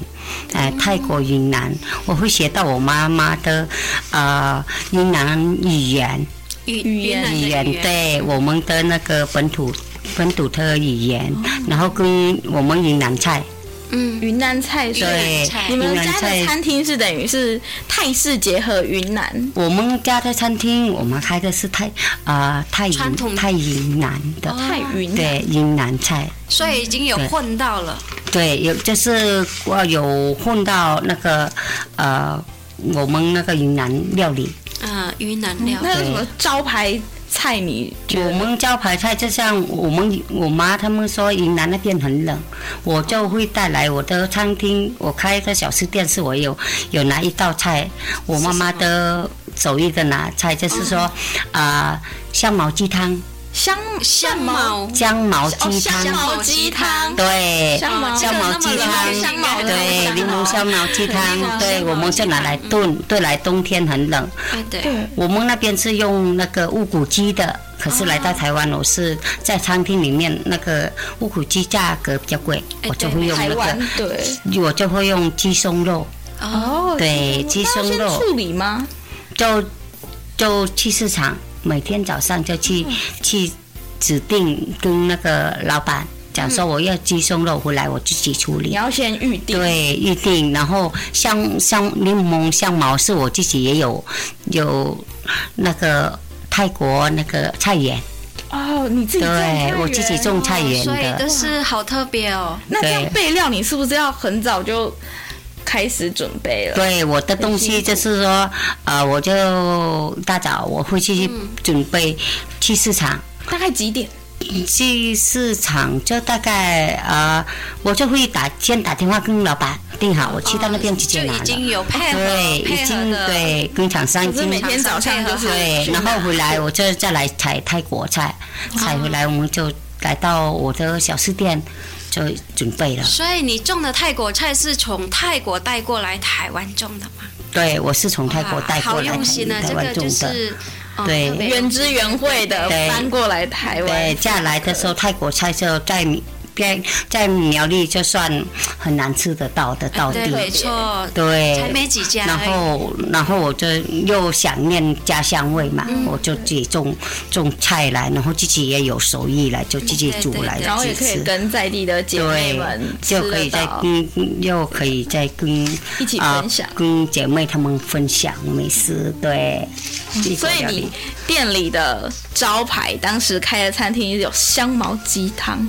[SPEAKER 6] 哎、泰国云南，我会学到我妈妈的啊、云南语言，
[SPEAKER 5] 语
[SPEAKER 2] 语言
[SPEAKER 5] 南的
[SPEAKER 6] 语言对我们的那个本土本土特语言，
[SPEAKER 2] 哦
[SPEAKER 6] 然后跟我们云南菜，
[SPEAKER 5] 嗯，
[SPEAKER 2] 云南菜是
[SPEAKER 6] 对
[SPEAKER 5] 菜，
[SPEAKER 2] 你
[SPEAKER 6] 云
[SPEAKER 2] 们
[SPEAKER 6] 南
[SPEAKER 2] 家的
[SPEAKER 6] 菜
[SPEAKER 2] 餐厅是等于是泰式结合云南
[SPEAKER 6] 我们家的餐厅，我们开的是泰啊、泰
[SPEAKER 5] 传统
[SPEAKER 6] 云泰云南的，
[SPEAKER 2] 泰云南
[SPEAKER 6] 对云南菜。
[SPEAKER 5] 所以已经有混到了，
[SPEAKER 6] 对，有就是我有混到那个呃，我们那个云南料理，
[SPEAKER 5] 嗯，云南料
[SPEAKER 2] 那有什么招牌菜你觉
[SPEAKER 6] 我
[SPEAKER 2] 得？
[SPEAKER 6] 们招牌菜就像我们我妈他们说云南那边很冷，我就会带来我的餐厅，我开的小吃店是我有有拿一道菜，我妈妈的手艺的拿菜就是说啊、香茅鸡汤，
[SPEAKER 2] 香
[SPEAKER 5] 香茅
[SPEAKER 6] 姜毛
[SPEAKER 2] 哦，
[SPEAKER 6] 鸡
[SPEAKER 2] 香
[SPEAKER 6] 汤，
[SPEAKER 2] 茅鸡汤，
[SPEAKER 6] 对，
[SPEAKER 2] 香茅
[SPEAKER 6] 香茅鸡汤
[SPEAKER 2] 香茅
[SPEAKER 6] 对，柠檬香茅鸡汤
[SPEAKER 5] 柠檬香茅鸡，汤
[SPEAKER 6] 对，我们就拿来炖，炖来冬天很冷。
[SPEAKER 5] 哎对，
[SPEAKER 6] 我们那边是用那个乌骨鸡的，可是来到台湾，我是在餐厅里面那个乌骨鸡价格比较贵，
[SPEAKER 5] 哎
[SPEAKER 6] 我就会用
[SPEAKER 2] 台
[SPEAKER 6] 那
[SPEAKER 2] 湾
[SPEAKER 6] 个，
[SPEAKER 2] 对
[SPEAKER 6] 我就会用鸡胸肉，
[SPEAKER 2] 哦
[SPEAKER 6] 对鸡
[SPEAKER 2] 那要
[SPEAKER 6] 胸
[SPEAKER 2] 先
[SPEAKER 6] 肉
[SPEAKER 2] 处理吗？
[SPEAKER 6] 就就去市场，每天早上就去
[SPEAKER 2] 嗯
[SPEAKER 6] 去指定跟那个老板讲
[SPEAKER 2] 嗯
[SPEAKER 6] 说我要鸡胸肉回来，我自己处理
[SPEAKER 2] 你。要先预定，
[SPEAKER 6] 对，预定。然后像像柠檬香茅是我自己也有有那个泰国那个菜园，
[SPEAKER 2] 哦，你自己种菜
[SPEAKER 6] 对
[SPEAKER 2] 园
[SPEAKER 6] 我自己种菜园
[SPEAKER 5] 哦所以
[SPEAKER 6] 的。
[SPEAKER 5] 这是好特别哦，
[SPEAKER 2] 那这样
[SPEAKER 6] 对
[SPEAKER 2] 备料你是不是要很早就开始准备了？
[SPEAKER 6] 对我的东西就是说，呃，我就大早我会去
[SPEAKER 5] 嗯
[SPEAKER 6] 准备去市场，
[SPEAKER 2] 大概几点？
[SPEAKER 6] 去市场就大概呃，我就会打先打电话跟老板定好，我去到那边直接
[SPEAKER 5] 哦就
[SPEAKER 6] 拿
[SPEAKER 5] 已
[SPEAKER 6] 了。
[SPEAKER 5] 经有配合
[SPEAKER 6] 对，已
[SPEAKER 5] 配合
[SPEAKER 6] 经
[SPEAKER 5] 的，
[SPEAKER 6] 对跟厂商已
[SPEAKER 2] 可是
[SPEAKER 6] 经
[SPEAKER 2] 每天早上就是
[SPEAKER 6] 对，然后回来我就再来采泰国菜，采回来我们就来到我的小吃店，就准备了。
[SPEAKER 5] 所以你种的泰国菜是从泰国带过来台湾种的吗？
[SPEAKER 6] 对，我是从泰国
[SPEAKER 5] 哇
[SPEAKER 6] 带过
[SPEAKER 5] 好
[SPEAKER 6] 来
[SPEAKER 5] 用心呢，
[SPEAKER 6] 台
[SPEAKER 5] 这
[SPEAKER 6] 湾
[SPEAKER 5] 个就
[SPEAKER 6] 种的。
[SPEAKER 5] 是哦
[SPEAKER 6] 对
[SPEAKER 5] 特别
[SPEAKER 2] 原汁原味的
[SPEAKER 6] 对
[SPEAKER 2] 搬过来台
[SPEAKER 6] 对
[SPEAKER 2] 湾，，
[SPEAKER 6] 嫁来的时候泰国菜就在在在苗栗就算很难吃得到的到
[SPEAKER 5] 对，没
[SPEAKER 6] 地，
[SPEAKER 5] 错，
[SPEAKER 6] 对，
[SPEAKER 5] 才没几家而
[SPEAKER 6] 然
[SPEAKER 5] 已，
[SPEAKER 6] 后，然后我就又想念家乡味嘛，
[SPEAKER 5] 嗯
[SPEAKER 6] 我就自己种种菜来，然后自己也有手艺来，就自己
[SPEAKER 5] 对
[SPEAKER 6] 煮
[SPEAKER 5] 对
[SPEAKER 6] 来
[SPEAKER 5] 对
[SPEAKER 2] 然后
[SPEAKER 6] 自
[SPEAKER 2] 也
[SPEAKER 6] 己
[SPEAKER 2] 可以
[SPEAKER 6] 吃。
[SPEAKER 2] 跟在地的姐妹们
[SPEAKER 6] 就
[SPEAKER 2] 吃
[SPEAKER 6] 可以
[SPEAKER 2] 得
[SPEAKER 6] 再
[SPEAKER 2] 到。
[SPEAKER 6] 跟又可以再跟
[SPEAKER 2] 一起
[SPEAKER 6] 啊
[SPEAKER 2] 分享
[SPEAKER 6] 跟姐妹她们分享美食，对。异国
[SPEAKER 2] 所以
[SPEAKER 6] 料理
[SPEAKER 2] 你店里的招牌，当时开的餐厅有香茅鸡汤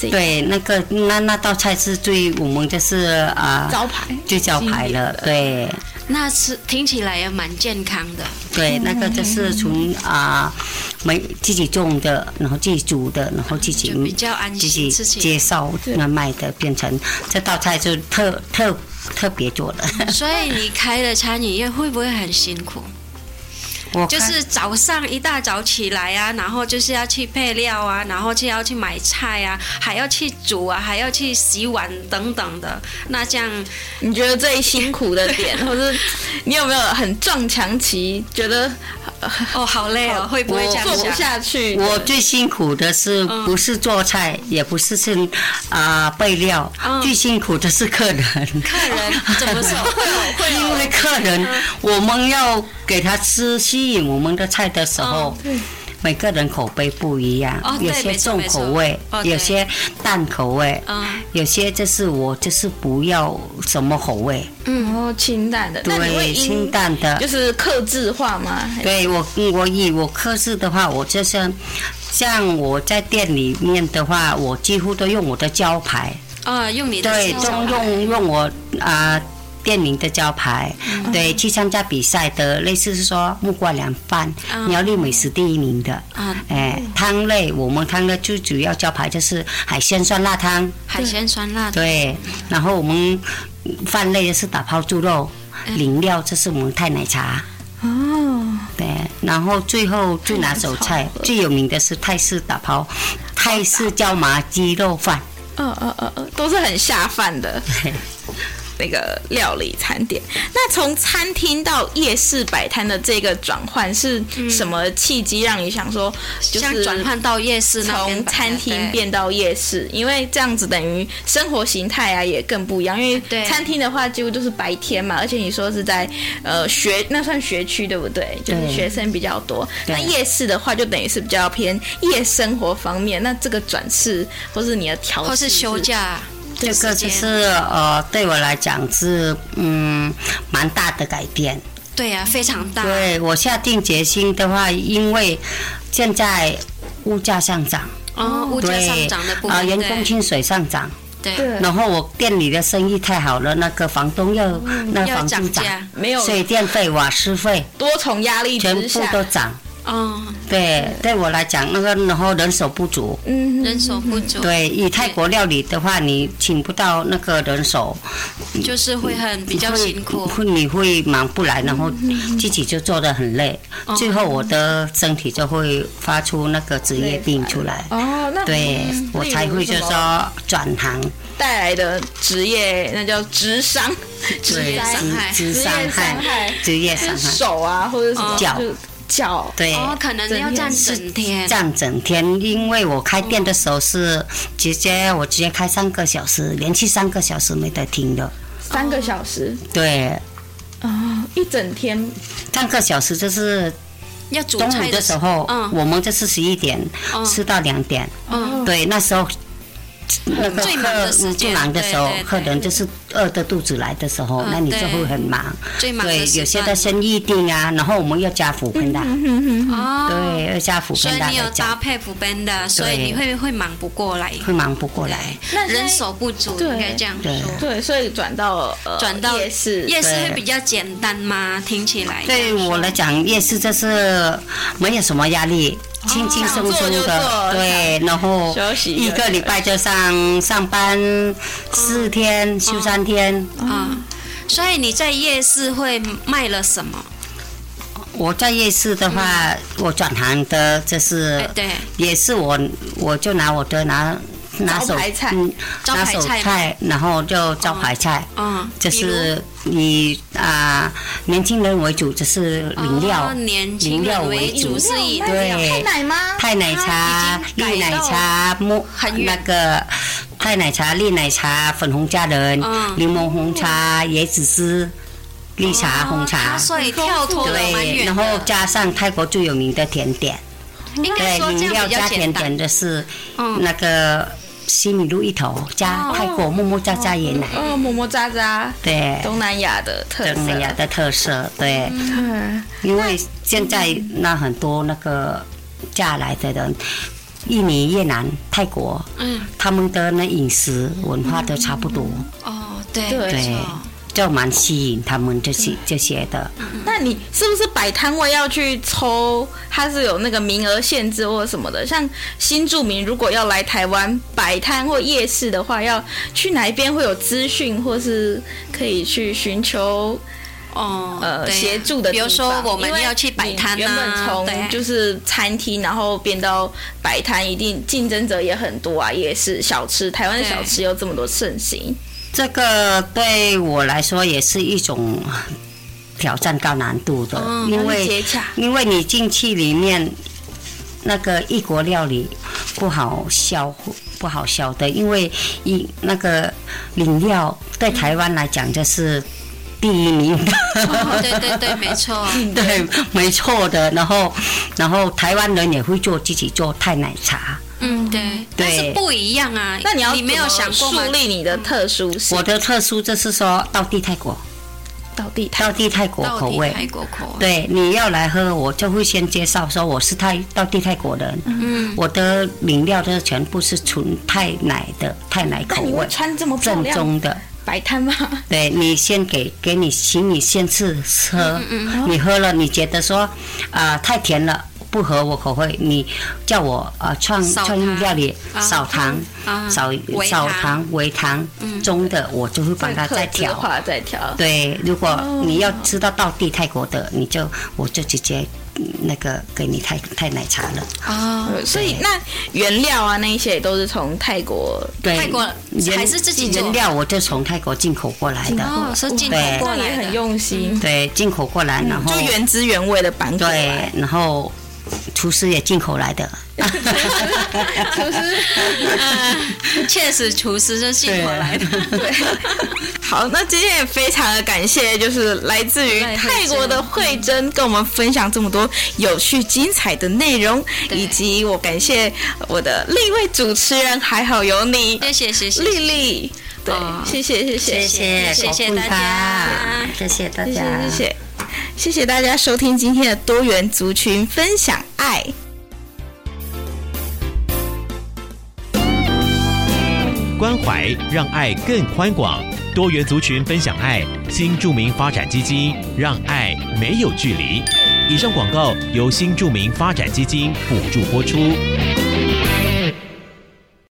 [SPEAKER 2] 这一
[SPEAKER 6] 对那个那那道菜是最我们就是啊
[SPEAKER 2] 招牌，
[SPEAKER 6] 最招牌了，对。
[SPEAKER 5] 那吃听起来也蛮健康的，
[SPEAKER 6] 对，那个就是
[SPEAKER 2] 嗯
[SPEAKER 6] 从啊，没自己种的，然后自己煮的，然后自己
[SPEAKER 5] 就比较安
[SPEAKER 6] 自
[SPEAKER 5] 心
[SPEAKER 6] 己
[SPEAKER 5] 吃起来
[SPEAKER 6] 介绍那卖的，变成这道菜就特特特别做的。
[SPEAKER 2] 嗯
[SPEAKER 5] 所以你开的餐饮业会不会很辛苦？
[SPEAKER 6] 我
[SPEAKER 5] 就
[SPEAKER 6] 看
[SPEAKER 5] 是早上一大早起来啊，然后就是要去配料啊，然后就要去买菜啊，还要去煮啊，还要去洗碗等等的。那这样
[SPEAKER 2] 你觉得最辛苦的 点，或是你有没有很撞墙期，觉得
[SPEAKER 5] 哦，好累 哦，会不会这样
[SPEAKER 2] 做不
[SPEAKER 5] 想？
[SPEAKER 2] 下去？
[SPEAKER 6] 我最辛苦的是
[SPEAKER 5] 嗯
[SPEAKER 6] 不是做菜，也不是是啊备料，
[SPEAKER 5] 嗯
[SPEAKER 6] 最辛苦的是客人。
[SPEAKER 5] 客人怎 么说？
[SPEAKER 6] 因为客人，
[SPEAKER 5] 嗯
[SPEAKER 6] 我们要给他吃吸引我们的菜的时候，每个人口碑不一样，
[SPEAKER 5] 嗯哦对
[SPEAKER 6] 有些重口
[SPEAKER 5] 没错
[SPEAKER 6] 味
[SPEAKER 5] 没错哦，对
[SPEAKER 6] 有些淡口味
[SPEAKER 5] 嗯，
[SPEAKER 6] 有些就是我就是不要什么口味，
[SPEAKER 2] 嗯，哦，清淡的，那你会
[SPEAKER 6] 对，
[SPEAKER 2] 因
[SPEAKER 6] 清淡的
[SPEAKER 2] 就。是克制化吗？还是
[SPEAKER 6] 对我，嗯我以我克制的话，我就像像我在店里面的话，我几乎都用我的招牌，
[SPEAKER 5] 呃，用你的
[SPEAKER 6] 对，
[SPEAKER 5] 手
[SPEAKER 6] 都用用我啊、店名的招牌，
[SPEAKER 2] 嗯
[SPEAKER 6] 对，去参加比赛的，类似是说木瓜凉饭，
[SPEAKER 5] 啊
[SPEAKER 6] 苗栗美食第一名的。
[SPEAKER 5] 啊，
[SPEAKER 6] 哎，汤类我们汤类最主要招牌就是海鲜酸辣汤，
[SPEAKER 5] 海鲜酸辣的
[SPEAKER 6] 对，然后我们饭类是打泡猪肉，饮料这是我们泰奶茶。
[SPEAKER 2] 哦，
[SPEAKER 6] 对，然后最后最拿手菜最有名的是泰式打抛，泰式椒麻鸡肉饭。
[SPEAKER 2] 呃呃呃呃，都是很下饭的 那个料理餐点。那从餐厅到夜市摆摊的这个转换是什么契机让你想说，就
[SPEAKER 5] 嗯像
[SPEAKER 2] 是
[SPEAKER 5] 转换到夜市那边
[SPEAKER 2] 从
[SPEAKER 5] 摆的
[SPEAKER 2] 餐厅
[SPEAKER 5] 对
[SPEAKER 2] 变到夜市？因为这样子等于生活形态啊也更不一样。因为
[SPEAKER 5] 对
[SPEAKER 2] 餐厅的话几乎都是白天嘛，而且你说是在呃学那算学区对不对？就是
[SPEAKER 6] 对
[SPEAKER 2] 学生比较多。
[SPEAKER 6] 对
[SPEAKER 2] 那夜市的话就等于是比较偏夜生活方面。那这个转世或是你的调
[SPEAKER 5] 或是
[SPEAKER 2] 试
[SPEAKER 5] 休假
[SPEAKER 6] 这个
[SPEAKER 5] 时
[SPEAKER 6] 就
[SPEAKER 5] 间
[SPEAKER 6] 是呃，对我来讲是嗯蛮大的改变。
[SPEAKER 5] 对呀、非常大。
[SPEAKER 6] 对我下定决心的话，因为现在物价上涨，
[SPEAKER 5] 哦，物价上
[SPEAKER 6] 对
[SPEAKER 5] 涨的部
[SPEAKER 6] 嗯啊、
[SPEAKER 5] 分，
[SPEAKER 6] 员工
[SPEAKER 5] 对
[SPEAKER 6] 薪水上涨，
[SPEAKER 5] 对，
[SPEAKER 6] 然后我店里的生意太好了，那个房东又、那
[SPEAKER 5] 要
[SPEAKER 6] 房租
[SPEAKER 5] 涨
[SPEAKER 6] 涨，
[SPEAKER 5] 价，
[SPEAKER 2] 没有
[SPEAKER 6] 水电费、瓦斯费
[SPEAKER 2] 多重压力
[SPEAKER 6] 全
[SPEAKER 2] 之
[SPEAKER 6] 部
[SPEAKER 2] 下，
[SPEAKER 6] 都涨。
[SPEAKER 5] 哦，
[SPEAKER 6] 对，对我来讲，那个然后人手不足。
[SPEAKER 2] 嗯，
[SPEAKER 5] 人手不足，
[SPEAKER 6] 对，以泰国料理的话，你请不到那个人手，
[SPEAKER 5] 就是会很比较辛苦。
[SPEAKER 6] 会你会忙不来，然后自己就做的很累，
[SPEAKER 5] 哦
[SPEAKER 6] 最后我的身体就会发出那个职业病出来。
[SPEAKER 2] 哦，那
[SPEAKER 6] 对
[SPEAKER 2] 嗯
[SPEAKER 6] 我才会就
[SPEAKER 2] 例如什么
[SPEAKER 6] 说转行，
[SPEAKER 2] 带来的职业那叫职伤，
[SPEAKER 5] 职
[SPEAKER 6] 对
[SPEAKER 5] 业伤害，
[SPEAKER 6] 职
[SPEAKER 2] 职
[SPEAKER 6] 伤
[SPEAKER 2] 业伤
[SPEAKER 6] 害，
[SPEAKER 2] 害，
[SPEAKER 6] 职业
[SPEAKER 2] 就是
[SPEAKER 6] 伤害，
[SPEAKER 2] 手啊或者什么
[SPEAKER 6] 哦脚
[SPEAKER 2] 就是脚，
[SPEAKER 6] 对。
[SPEAKER 5] 哦，可能要站整天，
[SPEAKER 6] 站整天，因为我开店的时候是直接我直接开三个小时，连续三个小时没得停的。
[SPEAKER 2] 三个小时
[SPEAKER 6] 哦对，
[SPEAKER 2] 啊，一整天
[SPEAKER 6] 三个小时就是
[SPEAKER 5] 要煮
[SPEAKER 6] 中
[SPEAKER 5] 菜
[SPEAKER 6] 午的时候，
[SPEAKER 5] 嗯
[SPEAKER 6] 我们就是十一点、
[SPEAKER 5] 嗯
[SPEAKER 6] 吃到两点，
[SPEAKER 5] 嗯，
[SPEAKER 6] 对，那时候。那个
[SPEAKER 5] 最忙的
[SPEAKER 6] 客
[SPEAKER 5] 时间
[SPEAKER 6] 最忙的时候
[SPEAKER 5] 对对对，
[SPEAKER 6] 客人就是饿着肚子来的时候，
[SPEAKER 5] 嗯
[SPEAKER 6] 那你就
[SPEAKER 5] 对
[SPEAKER 6] 会很忙。
[SPEAKER 5] 最忙
[SPEAKER 6] 对
[SPEAKER 5] 的，
[SPEAKER 6] 有
[SPEAKER 5] 时
[SPEAKER 6] 些的
[SPEAKER 5] 段。
[SPEAKER 6] 生意定啊，然后我们要加辅盆的，嗯
[SPEAKER 5] 哦，
[SPEAKER 6] 对，要加辅
[SPEAKER 5] 所
[SPEAKER 6] 盆
[SPEAKER 5] 以
[SPEAKER 6] 的
[SPEAKER 5] 你有
[SPEAKER 6] 来
[SPEAKER 5] 搭
[SPEAKER 6] 讲，
[SPEAKER 5] 配补班的，所以你会会忙不过来，
[SPEAKER 6] 会忙不过来。
[SPEAKER 2] 那现在
[SPEAKER 5] 人手不足，
[SPEAKER 2] 对
[SPEAKER 5] 应该这样说。
[SPEAKER 2] 对，所以转到呃
[SPEAKER 5] 转到
[SPEAKER 2] 夜市，
[SPEAKER 5] 夜市
[SPEAKER 6] 对
[SPEAKER 5] 会比较简单吗？听起来
[SPEAKER 6] 对我来讲，夜市就是没有什么压力，轻轻松松
[SPEAKER 2] 想做就做
[SPEAKER 6] 的，对，然后
[SPEAKER 2] 休息
[SPEAKER 6] 一个礼拜就上上班四天，休三天。
[SPEAKER 5] 啊，所以你在夜市会卖了什么？
[SPEAKER 6] 我在夜市的话，我转行的就是
[SPEAKER 5] 哎，对，
[SPEAKER 6] 也是我我就拿我的拿拿手
[SPEAKER 2] 招牌菜
[SPEAKER 6] 嗯，
[SPEAKER 5] 招
[SPEAKER 6] 拿
[SPEAKER 5] 牌
[SPEAKER 6] 手
[SPEAKER 5] 菜吗
[SPEAKER 6] 菜，然后就招牌菜。
[SPEAKER 5] 嗯，
[SPEAKER 6] 就是以啊、年轻人为主，就是
[SPEAKER 5] 比如
[SPEAKER 6] 饮料、
[SPEAKER 5] 哦年轻
[SPEAKER 6] 饮料
[SPEAKER 5] 人
[SPEAKER 6] 为
[SPEAKER 5] 为主
[SPEAKER 6] 主
[SPEAKER 5] 是以
[SPEAKER 6] 对
[SPEAKER 2] 太奶吗？
[SPEAKER 6] 泰奶
[SPEAKER 5] 它
[SPEAKER 6] 茶
[SPEAKER 5] 已、经改
[SPEAKER 6] 绿奶
[SPEAKER 5] 到
[SPEAKER 6] 茶、木
[SPEAKER 5] 很
[SPEAKER 6] 那
[SPEAKER 5] 远
[SPEAKER 6] 个泰奶茶、绿奶茶、粉红佳人、
[SPEAKER 5] 嗯
[SPEAKER 6] 柠檬红茶、椰子汁、绿茶、红
[SPEAKER 5] 它
[SPEAKER 6] 茶，
[SPEAKER 5] 所以跳脱的蛮
[SPEAKER 6] 对，
[SPEAKER 5] 远
[SPEAKER 6] 然后
[SPEAKER 5] 的，
[SPEAKER 6] 加上泰国最有名的甜点，
[SPEAKER 5] 应该
[SPEAKER 6] 对，
[SPEAKER 5] 说这
[SPEAKER 6] 饮
[SPEAKER 5] 样
[SPEAKER 6] 料
[SPEAKER 5] 比较
[SPEAKER 6] 加
[SPEAKER 5] 简
[SPEAKER 6] 甜
[SPEAKER 5] 单
[SPEAKER 6] 点。的是
[SPEAKER 5] 嗯
[SPEAKER 6] 那个西米露一头，加泰国木木渣渣椰奶，
[SPEAKER 2] 哦，么么喳喳，
[SPEAKER 6] 对，
[SPEAKER 2] 东南亚的特色，
[SPEAKER 6] 东南亚的哦特色，对。
[SPEAKER 2] 嗯
[SPEAKER 6] 因为现在那很多那个嫁来的人，印尼、越南、泰国，
[SPEAKER 5] 嗯，
[SPEAKER 6] 他们的那饮食文化都差不多，
[SPEAKER 5] 哦，对，
[SPEAKER 2] 对
[SPEAKER 5] 没
[SPEAKER 6] 对
[SPEAKER 5] 错，
[SPEAKER 6] 就蛮吸引他们这些这些的。
[SPEAKER 2] 那你是不是摆摊位要去抽？它是有那个名额限制或什么的？像新住民如果要来台湾摆摊或夜市的话，要去哪一边会有资讯，或是可以去寻求
[SPEAKER 5] 哦，
[SPEAKER 2] 呃
[SPEAKER 5] 对
[SPEAKER 2] 协助的
[SPEAKER 5] 比
[SPEAKER 2] 地
[SPEAKER 5] 如
[SPEAKER 2] 方？
[SPEAKER 5] 说我
[SPEAKER 2] 因
[SPEAKER 5] 们
[SPEAKER 2] 为
[SPEAKER 5] 要去摆摊
[SPEAKER 2] 你原本
[SPEAKER 5] 呐，
[SPEAKER 2] 从
[SPEAKER 5] 对，
[SPEAKER 2] 就是餐厅，然后变到摆摊，一定竞争者也很多啊。夜市小吃，台湾的
[SPEAKER 5] 对
[SPEAKER 2] 小吃又这么多盛行，
[SPEAKER 6] 这个对我来说也是一种挑战高难度的，
[SPEAKER 5] 嗯
[SPEAKER 6] 因
[SPEAKER 2] 很
[SPEAKER 6] 为
[SPEAKER 2] 接洽
[SPEAKER 6] 因为你进去里面那个异国料理不好消不好消的，因为一那个饮料对台湾来讲就是第一名 的，
[SPEAKER 5] 哦 对对对，没错，
[SPEAKER 6] 对，没错的。然后然后台湾人也会做自己做泰奶茶，
[SPEAKER 5] 嗯，对，但
[SPEAKER 6] 对
[SPEAKER 5] 是不一样啊。
[SPEAKER 2] 那你要
[SPEAKER 5] 你没有
[SPEAKER 2] 怎
[SPEAKER 5] 想
[SPEAKER 2] 么
[SPEAKER 5] 过吗
[SPEAKER 2] 树？立你的特殊性
[SPEAKER 6] 我的特殊就是说到地泰国，
[SPEAKER 2] 到地摊
[SPEAKER 6] 到地泰国
[SPEAKER 5] 到
[SPEAKER 6] 口
[SPEAKER 5] 底
[SPEAKER 6] 味。
[SPEAKER 5] 泰国口味，
[SPEAKER 6] 对，你要来喝，我就会先介绍说我是泰到地泰国人，
[SPEAKER 5] 嗯，
[SPEAKER 6] 我的饮料都全部是纯泰奶的泰奶
[SPEAKER 2] 那
[SPEAKER 6] 口
[SPEAKER 2] 你会
[SPEAKER 6] 味，
[SPEAKER 2] 穿这么漂
[SPEAKER 6] 正
[SPEAKER 2] 亮？
[SPEAKER 6] 宗的。
[SPEAKER 7] 摆 摊吗？
[SPEAKER 6] 对你先给给你，请你先试喝，
[SPEAKER 5] 嗯
[SPEAKER 6] 你喝了你觉得说啊、太甜了。不合我口味，你叫我呃创
[SPEAKER 5] 少
[SPEAKER 6] 创意
[SPEAKER 5] 糖
[SPEAKER 6] 料理
[SPEAKER 5] 啊
[SPEAKER 6] 少糖
[SPEAKER 5] 啊
[SPEAKER 6] 少
[SPEAKER 5] 微
[SPEAKER 6] 少
[SPEAKER 5] 糖嗯
[SPEAKER 6] 糖微糖中的，我就会帮
[SPEAKER 7] 会
[SPEAKER 6] 他
[SPEAKER 7] 刻
[SPEAKER 6] 再
[SPEAKER 7] 字
[SPEAKER 6] 调。
[SPEAKER 7] 化再调。
[SPEAKER 6] 对，如果你要吃到道地泰国的，你就我就直接嗯那个给你泰泰奶茶了。
[SPEAKER 5] 哦，
[SPEAKER 7] 呃所以那原料啊那一些也都是从泰国
[SPEAKER 6] 对，
[SPEAKER 5] 泰国
[SPEAKER 6] 原
[SPEAKER 5] 还是自己做
[SPEAKER 6] 原料，我就从泰国进口过来的。
[SPEAKER 5] 哦，是进口
[SPEAKER 6] 对
[SPEAKER 5] 过
[SPEAKER 7] 那也
[SPEAKER 5] 来
[SPEAKER 7] 很
[SPEAKER 5] 的，
[SPEAKER 7] 用心，
[SPEAKER 6] 对，进口过
[SPEAKER 5] 嗯
[SPEAKER 6] 来，然后
[SPEAKER 2] 就原汁原味的搬过来。
[SPEAKER 6] 哦对，然后厨师也进口来的。
[SPEAKER 5] 嗯 确实厨师是进口来的。
[SPEAKER 2] 好，那今天也非常的感谢，就是来自于
[SPEAKER 5] 赖慧珍
[SPEAKER 2] 泰国的慧珍跟我们分享这么多有趣精彩的内容，
[SPEAKER 5] 对
[SPEAKER 2] 以及我感谢我的另一位主持人，还好有你，
[SPEAKER 5] 谢谢谢谢
[SPEAKER 2] 丽丽，对
[SPEAKER 5] 哦，
[SPEAKER 2] 谢谢谢谢
[SPEAKER 6] 谢谢，
[SPEAKER 5] 谢谢
[SPEAKER 6] 口
[SPEAKER 5] 大
[SPEAKER 6] 福咖
[SPEAKER 5] 家
[SPEAKER 6] 谢谢大
[SPEAKER 2] 谢
[SPEAKER 6] 家，
[SPEAKER 2] 谢谢谢，谢谢大家收听今天的多元族群分享爱。
[SPEAKER 1] 关怀让爱更宽广，多元族群分享爱，新著名发展基金让爱没有距离。以上广告由新著名发展基金补助播出。